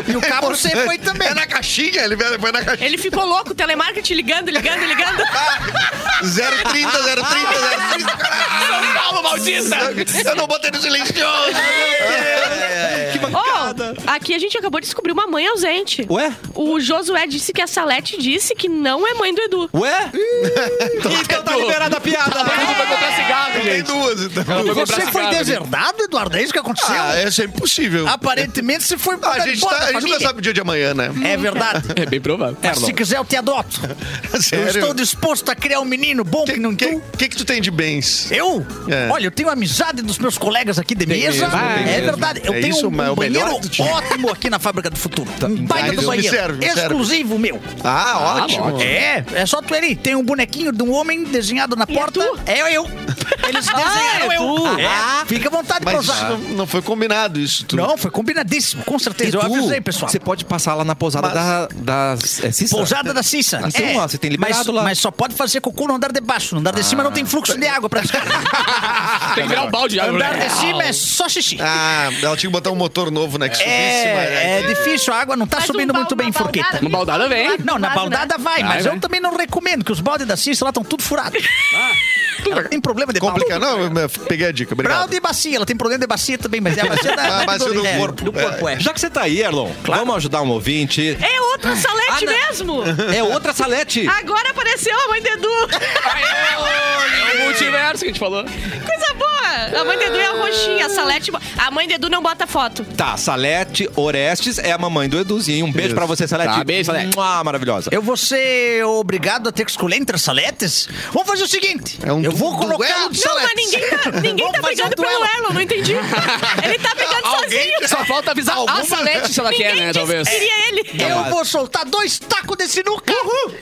E o cabo C foi também.
É na caixinha, ele foi na caixinha.
Ele ficou louco, telemarketing ligando, ligando, ligando.
É.
030, 030,
São Paulo, maldita!
030. Eu não botei no silencioso.
Oh, aqui a gente acabou de descobrir uma mãe ausente.
Ué?
O Josué disse que a Salete disse que não é mãe do Edu.
Ué? então tá liberada a piada. né?
Tudo pra comprar cigarro,
Tem
gente.
duas, então.
Você foi deserdado, Eduardo? É isso que aconteceu?
né? Ah, essa é impossível.
Aparentemente você foi
Ah, a
mandado
gente,
embora
tá,
da
a gente nunca
família.
sabe o dia de amanhã, né?
É verdade.
É bem provável.
Mas se quiser, eu te adoto. Eu
Sério?
estou disposto a criar um menino bom que,
que,
não
que,
tu.
que que tu tem de bens?
Eu?
É.
Olha, eu tenho a amizade dos meus colegas aqui de mesa.
mesmo, tem
é
mesmo.
verdade. Eu
É
tenho
isso,
um,
mas é o
banheiro
melhor do time.
Ótimo aqui na fábrica do futuro. Um baita
Isso
do
me
banheiro.
serve, me serve.
Exclusivo meu.
Tá
Ah, ótimo.
ótimo.
É, é só tu ali. Tem um bonequinho de um homem desenhado na porta. É eu. Eles
Ah,
desenharam
é
eu.
tu.
É. Fica à vontade pra
Mas
usar.
isso não, não foi combinado isso. Tu...
Não, foi combinadíssimo, com certeza. eu
tu,
avisei, pessoal.
Você pode passar lá na pousada da, da é, Cissa?
Pousada da Cissa. É.
Então, ó, você tem liberado
mas,
lá.
Mas só pode fazer cocô no andar de baixo. No andar de cima não tem fluxo de água pra
Tem que virar o balde. né?
Andar de cima é só xixi.
Ah, ela tinha que botar um motor novo, né? Que subisse, mas-
É, é difícil, a água não tá
Faz um
subindo
bal-
muito bem,
uma baldada.
Forqueta.
Uma baldada Um vem.
Não, na
Quase, né?
baldada vai,
Vai,
mas
vai.
eu também não recomendo, que os baldes da Cissa lá estão tudo furados. Ela tem problema de balde.
é Complicado. Não, eu- eu peguei a dica. Obrigado.
Balde e bacia, ela tem problema de bacia também, mas é a bacia da...
A bacia do
é,
corpo.
Do corpo, é.
Já que você tá aí, Erlon, vamos ajudar um ouvinte.
É outro salete
Ah, não.
mesmo!
É outra salete.
Agora apareceu a mãe do Edu!
É o multiverso que a gente falou.
Coisa boa! A mãe do Edu é a roxinha, a salete. bo- A mãe do Edu não bota foto.
Tá, Salete Orestes é a mamãe do Eduzinho. Um beijo pra você, Salete.
Tá, beijo, Salete.
Mua, maravilhosa.
Eu vou ser obrigado a ter que escolher entre as saletes? Vamos fazer o seguinte.
É um
eu vou
du-
colocar
duelo
um
de
Não,
salete.
mas ninguém tá, ninguém tá
Vamos fazer um
brigando pelo
duelo.
Erlon, não entendi. Ele tá brigando sozinho.
Só falta avisar a Salete se ela quer,
Ninguém
né?
disse
Talvez.
que queria ele.
Eu vou soltar dois tacos de sinuca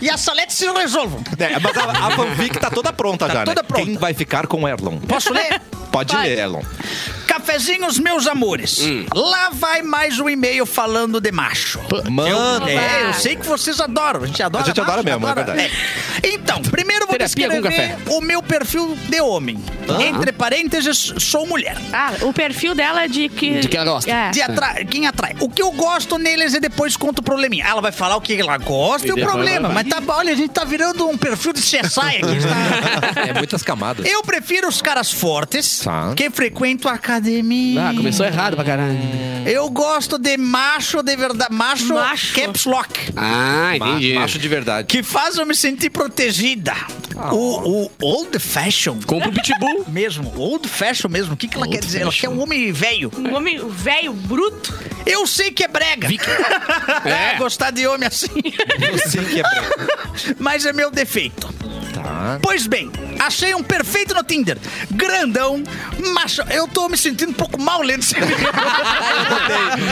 e as saletes se resolvam.
É, mas a, a fanfic tá toda pronta já,
toda
né?
pronta.
Quem vai ficar com o Erlon?
Posso ler?
Pode
Vai.
ler, Erlon.
Cafezinhos, meus amores.
Hum.
Lá vai mais um e-mail falando de macho.
Mano,
É, eu sei que vocês adoram. A gente adora.
A gente adora
macho,
mesmo, é verdade.
É. Então, primeiro vou
Terapia com
descrever
café.
o meu perfil de homem. Entre parênteses, sou mulher.
Ah, o perfil dela é de que.
De que ela gosta.
É.
De atra... Quem atrai? O que eu gosto neles e depois conta o probleminha. Ah, Ela vai falar o que ela gosta e,
E
o
depois
problema.
vai-
Mas tá bom, olha, a gente tá virando um perfil de CSI aqui. tá?
é muitas camadas.
Eu prefiro os caras fortes
Tá.
que frequentam a academia.
Ah, começou errado pra caralho.
Eu gosto de macho de verdade. Macho,
Macho.
caps lock.
Ah,
Ma-
entendi.
Macho de verdade.
Que faz eu me sentir protegida. O, o old fashion.
Compra um pitbull.
Mesmo, old fashion mesmo. O que, que ela
Old
quer dizer? Ela quer
fashion.
um homem velho.
Um homem velho, bruto.
Eu sei que é brega.
É.
É, gostar de homem assim.
Eu sei que é branco.
mas é meu defeito. Pois bem, achei um perfeito no Tinder. Grandão, macho. Eu tô me sentindo um pouco mal lendo esse e-mail.
Ah,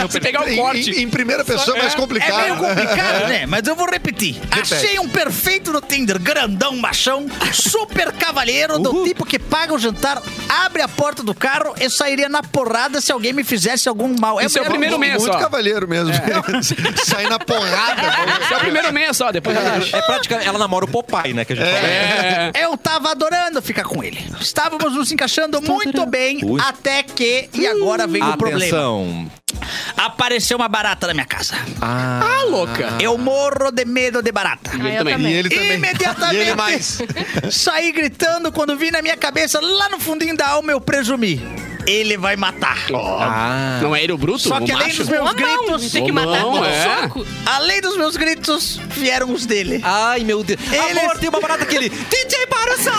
Se pegar o
Em-
É um corte.
Em, em primeira pessoa é mais complicado.
É meio complicado, né? Mas eu vou repetir.
Repete.
Achei um perfeito no Tinder. Grandão, machão, super cavalheiro, do tipo que paga o jantar, abre a porta do carro e sairia na porrada se alguém me fizesse algum mal.
Isso é o
mesmo-
primeiro mês,
Muito
ó.
cavalheiro mesmo. Sair na porrada.
Isso é o primeiro mês, só. Depois já
É praticamente. Ela namora o Popeye, né? Que a gente fala.
É.
né?
Eu tava adorando ficar com ele. Estávamos nos encaixando muito bem,
Ui.
até que. E agora vem o um problema.
Atenção.
Apareceu uma barata na minha casa.
Ah, louca.
Eu morro de medo de barata.
Ah, eu
também.
E ele também.
Imediatamente.
E ele mais.
Saí gritando quando vi na minha cabeça, lá no fundinho da alma, eu presumi. Ele vai matar.
Ah.
Não é ele o bruto?
Só que
o
além
macho?
dos meus
Homão,
gritos.
tem que matar
Homão,
com
é.
um soco.
Além dos meus gritos, vieram os dele.
Ai, meu Deus.
Ele-
Ah, Amor, tem uma barata que ele. DJ para o sol!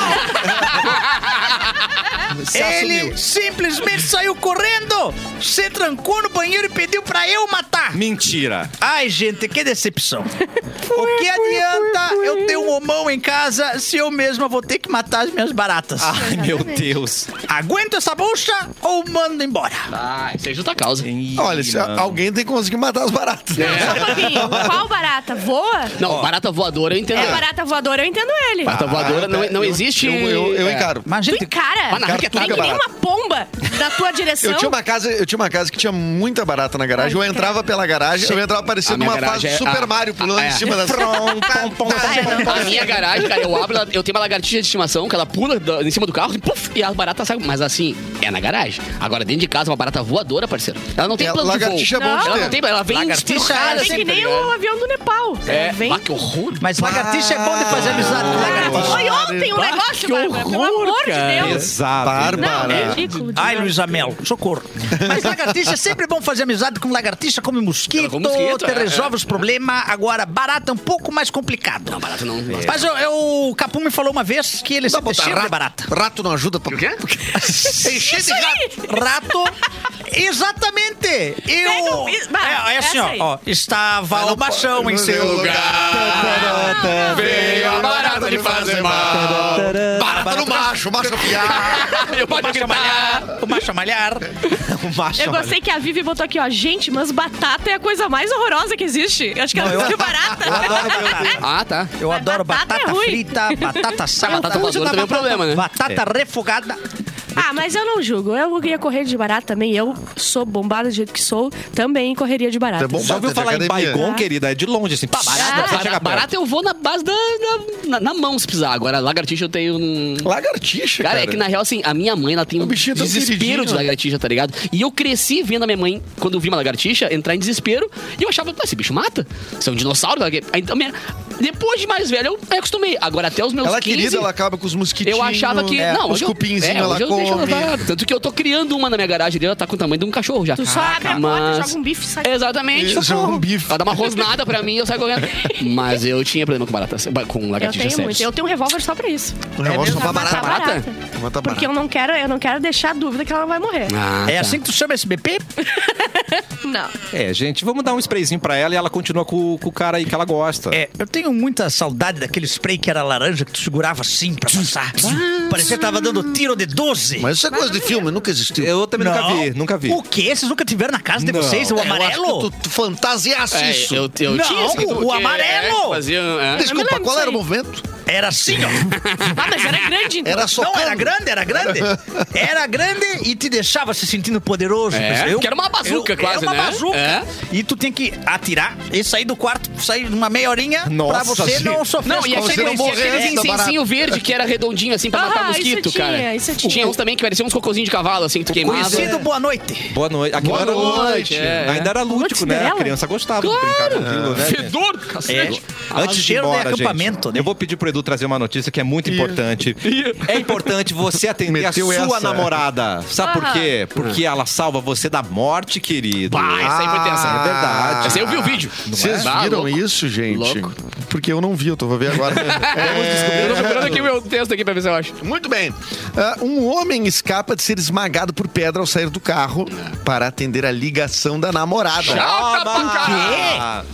ele simplesmente saiu correndo, se trancou no banheiro e pediu pra eu matar.
Mentira.
Ai, gente, que decepção. o que adianta eu ter um homão em casa se eu mesma vou ter que matar as minhas baratas?
Ai, meu Deus.
Aguento essa bucha ou mando embora?
Tá.
Ah, isso é justa causa.
Olha, é se a- alguém tem que conseguir matar as baratas.
É.
Só um pouquinho. Qual barata? Voa?
Não, barata voadora eu entendo.
É barata voadora, eu entendo ele.
Barata voadora não, não
Eu-
existe.
Ah, Eu, eu, eu
é.
encaro.
Mas,
Tu
gente,
encara.
Mas na
Tem que
raquetada,
nem
barata.
uma pomba na tua direção.
Eu tinha, uma casa, eu tinha uma casa que tinha muita barata na garagem. Eu entrava pela garagem, eu entrava
A
parecendo
minha
uma fase
garagem é-
do Super
ah,
Mario, pulando
ah, é.
em cima das... é
A minha garagem, cara, eu abro, ela- eu tenho uma lagartixa de estimação que ela pula do- em cima do carro e puf, e a barata sai. Mas assim, é na garagem. Agora, dentro de casa, uma barata voadora, parceiro. Ela não tem
É,
plano
lagartixa é
de
bom
voo.
de
ela
ter. é
não tem, ela vem
Lagartixa, ela
desplucada.
vem
Tem que
assim,
nem
tá ligado?
o avião do Nepal.
É,
Vem.
bah, que horror.
mas lagartixa é bom de fazer amizade com lagartixa.
Foi ontem o
Bah,
negócio,
que
Bárbara, Pelo
horror,
amor
cara.
de Deus.
Exato.
Não, é
Bárbara.
ridículo.
Ai,
demais.
Luísa Mel, socorro. Mas lagartixa é sempre bom fazer amizade com lagartixa, come mosquito,
Ela come mosquito,
te
é,
resolve os problemas. Agora, barata é um pouco mais complicado. Não, barata
não.
Mas eu- eu- o Capu me falou uma vez que ele se cheio de barata.
Rato não ajuda pra...
Encher de rato. Rato. Exatamente.
Pega
Eu...
o- e- vai,
É, é assim,
essa
ó,
aí.
Ah,
ó. Estava o machão em seu lugar.
lugar.
Veio a barata
pode fazer mal. Barata no macho, macho piar.
Eu posso
macho malhar, o macho malhar.
O macho,
Eu gostei que a Vivi botou aqui, ó. Gente, mas batata é a coisa mais horrorosa que existe. Eu acho que ela disse que barata.
Ah, tá.
Eu
Mas
adoro
batata
batata,
é ruim.
frita, batata salada.
batata voadora também é um problema, né?
Batata refogada.
Ah, mas eu não julgo. Eu ia correr de barata também. Eu sou bombada do jeito que sou. Também correria de barata.
Tá bom,
Já ouviu
batata
falar em
academia.
Baigon, querida? É de longe, assim.
Ah,
Pá,
Barata,
barata,
barata,
chega perto.
barata eu vou na base da, da- na, na mão se precisar. Agora, lagartixa eu tenho um.
Lagartixa,
Cara,
cara.
é que na real, assim, a minha mãe, ela tem um
bichinho é tão
desespero
queridinho,
de
né?
lagartixa, tá ligado? E eu cresci vendo a minha mãe, quando eu vi uma lagartixa, entrar em desespero, e eu achava, pá, esse bicho mata. Isso é um dinossauro. tá ligado? Aí, Então, minha- depois de mais velho, eu me acostumei. Agora, até os meus
Ela é
15...
querida, ela acaba com os mosquitinhos.
Eu achava que.
é,
não,
os
hoje eu-
cupinzinhos
é,
ela
hoje eu
come.
deixo ela lá. Tanto que eu tô criando uma na minha garagem ali, ela tá com o tamanho de um cachorro já.
Tu só abre a porta, joga um bife e
é
sai.
Exatamente.
Isso, joga um bife.
Ela dá uma rosnada pra mim e eu saio correndo. Mas eu tinha problema com barata, com
Eu
lagartixa
tenho muito.
sérios.
Eu tenho um revólver só pra isso.
Um negócio
Pra
pra barata.
matar
barata?
Mata
Porque eu não quero, eu não quero deixar a dúvida que ela vai morrer.
Ah,
É
tá.
assim que tu chama esse BP?
Não.
É, gente, vamos dar um sprayzinho pra ela e ela continua com, com o cara aí que ela gosta.
É, eu tenho muita saudade daquele spray que era laranja que tu segurava assim pra passar. Parecia que tava dando tiro de 12.
Mas isso é coisa de filme, nunca existiu.
Eu também nunca vi, nunca vi.
O que? Vocês nunca tiveram na casa de
Não.
vocês? O
É, eu acho
amarelo?
que tu, tu fantasiasse
É,
isso.
Eu, eu
Não,
tinha esse que tu-
o
que-
amarelo!
é, fazia, é.
Desculpa,
lembro
qual
disso
era o
aí.
movimento?
Era assim, ó.
Ah, mas era grande, então.
Era só.
Não, era grande, era grande. Era grande e te deixava se sentindo poderoso.
É,
Eu-
que era uma bazuca,
eu-
quase,
Era uma
né?
bazuca.
É.
E tu tem que atirar e sair do quarto, sair uma meia horinha pra
Nossa,
você
gente.
não sofrer
Não,
as
e
Você
aquele,
não morrer
aquele
antes da
incensinho verde que era redondinho assim pra matar
é Ah, isso
mosquito,
tinha,
cara.
isso tinha.
uns também que pareciam uns cocôzinhos de cavalo, assim, que
né?
tu queimava.
Conhecido Boa Noite.
Boa noite. Aquilo
Boa
era um-
noite, é.
Ainda era lúdico, né? A
dela.
criança gostava de
Claro.
brincar com
é
aquilo, né? gente?
Fedor, cacete.
Antes de ir
cheiro de
embora,
acampamento,
gente,
né?
eu vou pedir pro Edu trazer uma notícia que é muito importante. É importante você atender
Meteu
a sua
essa.
namorada. Sabe por
Aham.
quê? Porque ela salva você da morte, querido.
Bah, essa aí foi tensa.
Ah, é verdade.
Essa aí eu vi o vídeo.
Vocês
Bah,
viram
é? Tá louco.
isso, gente?
Louco.
Porque eu não vi, eu tô, vou ver agora.
Eu tô procurando
é...
aqui o meu texto aqui pra ver se eu acho.
Muito bem. Ah, um homem escapa de ser esmagado por pedra ao sair do carro para atender a ligação da namorada.
Chata pra
Ah,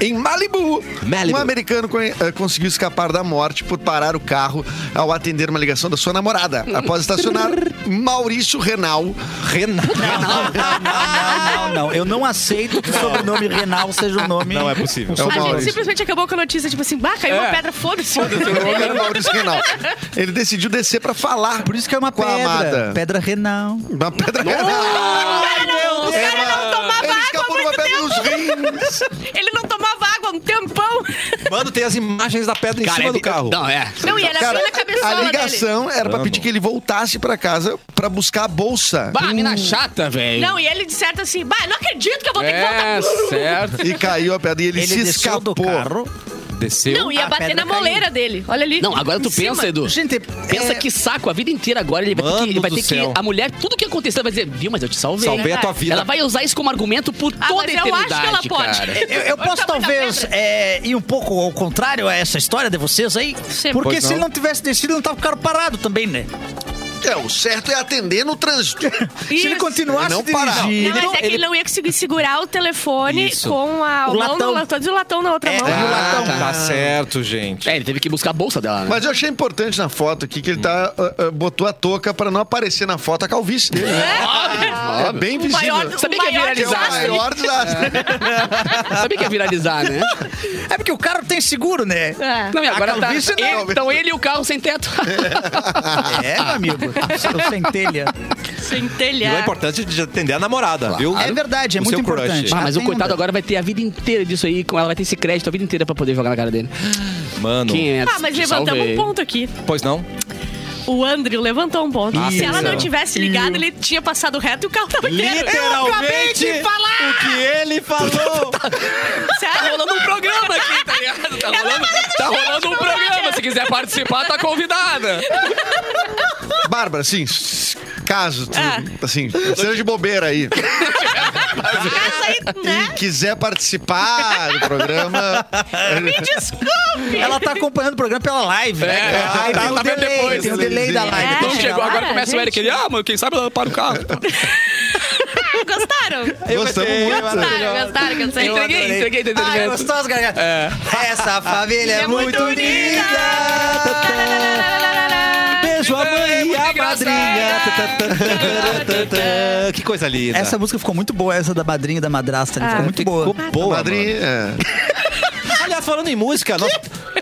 Em Malibu,
Malibu.
um americano co- eh, conseguiu escapar da morte por parar o carro ao atender uma ligação da sua namorada. Após estacionar, Maurício Renal. É
Renato.
Não, não, não. Eu não aceito que o sobrenome Renal seja o nome.
Não é possível.
É o
A gente
Maurício. É.
simplesmente acabou com a notícia, tipo assim, bah, caiu uma pedra, foda-se.
O nome era Maurício Renal. Ele decidiu descer para falar.
Por isso que é uma
Com a amada.
pedra. Pedra Renal.
Uma pedra Renal.
O cara não tomava
Ele
água há
escapou de uma
muito
pedra
tempo.
nos rins.
Ele não tomava água há um tempão.
Mano, tem as imagens da pedra em cima do carro.
Não, é.
Não, e era
Cara,
bem na
a
cabeçola dele.
ligação era pra pedir que ele voltasse pra casa pra buscar a bolsa.
Bah, mina chata, velho.
Não, e ele de certo assim, bah, não acredito que eu vou ter que
É,
voltar.
certo.
E caiu a pedra e ele,
Ele
se
desceu
escapou.
do carro.
Desceu.
Não, ia
a
bater
pedra
na moleira dele. Olha ali.
Não, agora tu
Em cima.
pensa, Edu.
Gente,
Pensa
é-
que saco, a vida inteira agora ele vai ter
Mano
que. Ele vai
do
ter que
céu.
a mulher, tudo que aconteceu, ela vai dizer, viu, mas eu te salvei.
Salvei a tua vida.
Ela vai usar isso como argumento por
Ah,
toda a
mas eu acho
eternidade.
que ela pode.
Cara.
É, Eu, eu
Olha o
posso
tamanho da
talvez
pedra.
é, ir um pouco ao contrário a essa história de vocês aí.
Sim.
Porque
Pois
se
não.
ele não tivesse descido, ele não tava com o carro parado também, né?
É, o certo é atender no trânsito.
Tá
Se ele
Isso.
continuasse
um
Não parar.
Não,
dirigindo...
mas é que ele não ia conseguir segurar o telefone com a
O
mão
latão.
no latão e o latão na outra
É,
mão.
e o
Ah.
Ah,
latão.
tá certo, gente.
É, ele teve que buscar a bolsa dela, né?
Mas eu achei importante na foto aqui que ele tá, ah, ah, botou a touca pra não aparecer na foto a calvície dele. né? É bem
O
visível.
maior,
Sabia que
o
ia
maior
Que é o
viralizar,
desastre.
maior desastre.
Sabia que ia viralizar, né?
É porque o carro tem seguro, né?
É.
Não, e
A
Ah,
agora tá.
calvície não.
Ele- então ele e o carro sem teto.
É, meu amigo. Seu centelha.
Sem
E o
telhar.
importante é de atender a namorada, viu?
É verdade, é
O
muito
seu crush.
importante.
Ah, mas o
Atenda.
coitado agora vai ter a vida inteira disso aí. com Ela vai ter esse crédito a vida inteira pra poder jogar na cara dele.
Mano,
Quem é?
Ah, mas levantamos um ponto aqui.
pois não?
O Andrew levantou um ponto.
Ah,
Se ela
sim.
não tivesse ligado, ele tinha passado reto e o carro tava inteiro. Eu acabei
Literalmente,
de falar!
o que ele falou.
Tá
Sério?
rolando um programa aqui, tá ligado? Tá rolando, tá rolando um programa. Se quiser participar, tá convidada.
Bárbara, assim, s- caso, tu,
Ah.
assim, seja de bobeira aí.
Essa aí, né?
E quiser participar do programa, eh,
Me desculpe!
Ela tá acompanhando o programa pela live, né?
É,
cara? Aí
tá-
tem o
tá vendo
delay,
depois.
Tem o delay da live.
É,
Tem
Então
que chegar
chegou
lá.
agora,
para,
começa o Eric ali.
gente.
Ah, mano, quem sabe ela para o carro.
Gostaram?
gostamos muito.
Gostaram, gostaram, gostaram.
Ah, é
Entreguei, entreguei, entreguei.
Ai, gostoso, galera.
É.
Essa família é,
É muito
muito unida. é
Que coisa linda.
é
Essa música ficou muito boa, essa da madrinha e da madrasta. ali,
Ah.
Ficou muito
Ficou
boa.
boa. mano.
Madrinha.
Aliás, falando em música, nós,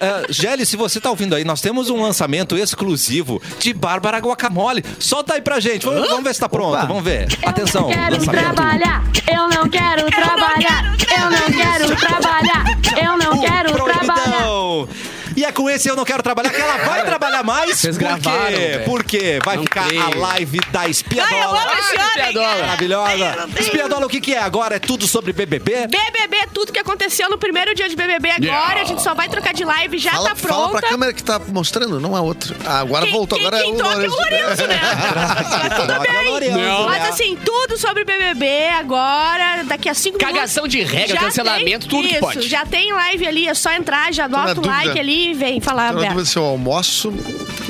Eh, Gélio, se você tá ouvindo aí, nós temos um lançamento exclusivo de Bárbara Guacamole. Solta aí pra gente. Vamos, vamos ver se tá pronto.
Opa.
Vamos ver. Atenção,
quero
lançamento.
trabalhar, eu não quero trabalhar, eu não quero trabalhar, eu não quero trabalhar.
Proibidão. E é com esse Eu Não Quero Trabalhar que ela vai trabalhar mais.
Vocês
por
gravaram,
quê?
velho.
Porque vai
Não
ficar
creio.
a live da
Ai, eu
Espiadola.
amo
Ah,
esse homem, cara.
Maravilhosa. Espiadola, o que, que é agora? É tudo sobre BBB?
BBB, tudo que aconteceu no primeiro dia de BBB agora, a gente só vai trocar de live, já
Fala,
tá pronta.
fala pra câmera que tá mostrando, não a outra. Ah, agora
Quem-
voltou,
quem-
agora
quem
é o
troca é o
Lourenço.
Lourenço, né? Mas tudo
é
bem.
Não.
Mas assim, tudo sobre BBB agora, daqui a cinco
Cagação
minutos.
de regra,
já
cancelamento,
tem,
tudo que
isso,
pode.
já tem live ali, é só entrar, já
na
anota o
dúvida.
like ali e vem falar.
Tô na
Beto.
dúvida se eu almoço.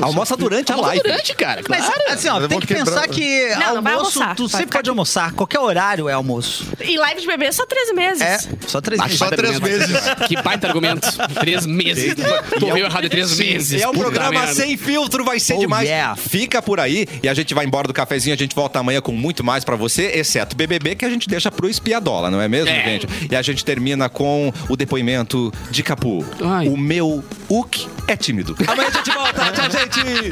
Almoça
Tá
durante a live.
Durante, cara.
Mas
claro.
assim, ó,
Mas eu
tem
vou
que
quebrar-
pensar que
Não, não vai
almoço,
almoçar.
tu
Vai
sempre
ficar
pode almoçar. Qualquer horário é almoço.
E live de BBB é só três meses.
É, só três
Baixo
dias.
Só
baita
três
argumento.
meses.
Que baita argumento. Três meses. Tu veio errado, é três meses.
um- É um
Puta
programa
merda.
sem filtro, vai ser
Oh,
demais.
yeah.
Fica por aí e a gente vai embora do cafezinho, a gente volta amanhã com muito mais pra você, exceto BBB que a gente deixa pro espiadola, não é mesmo,
É.
gente? E a gente termina com o depoimento de Capu.
Ai.
O meu Uk é tímido. Amanhã a gente volta. Tchau, gente.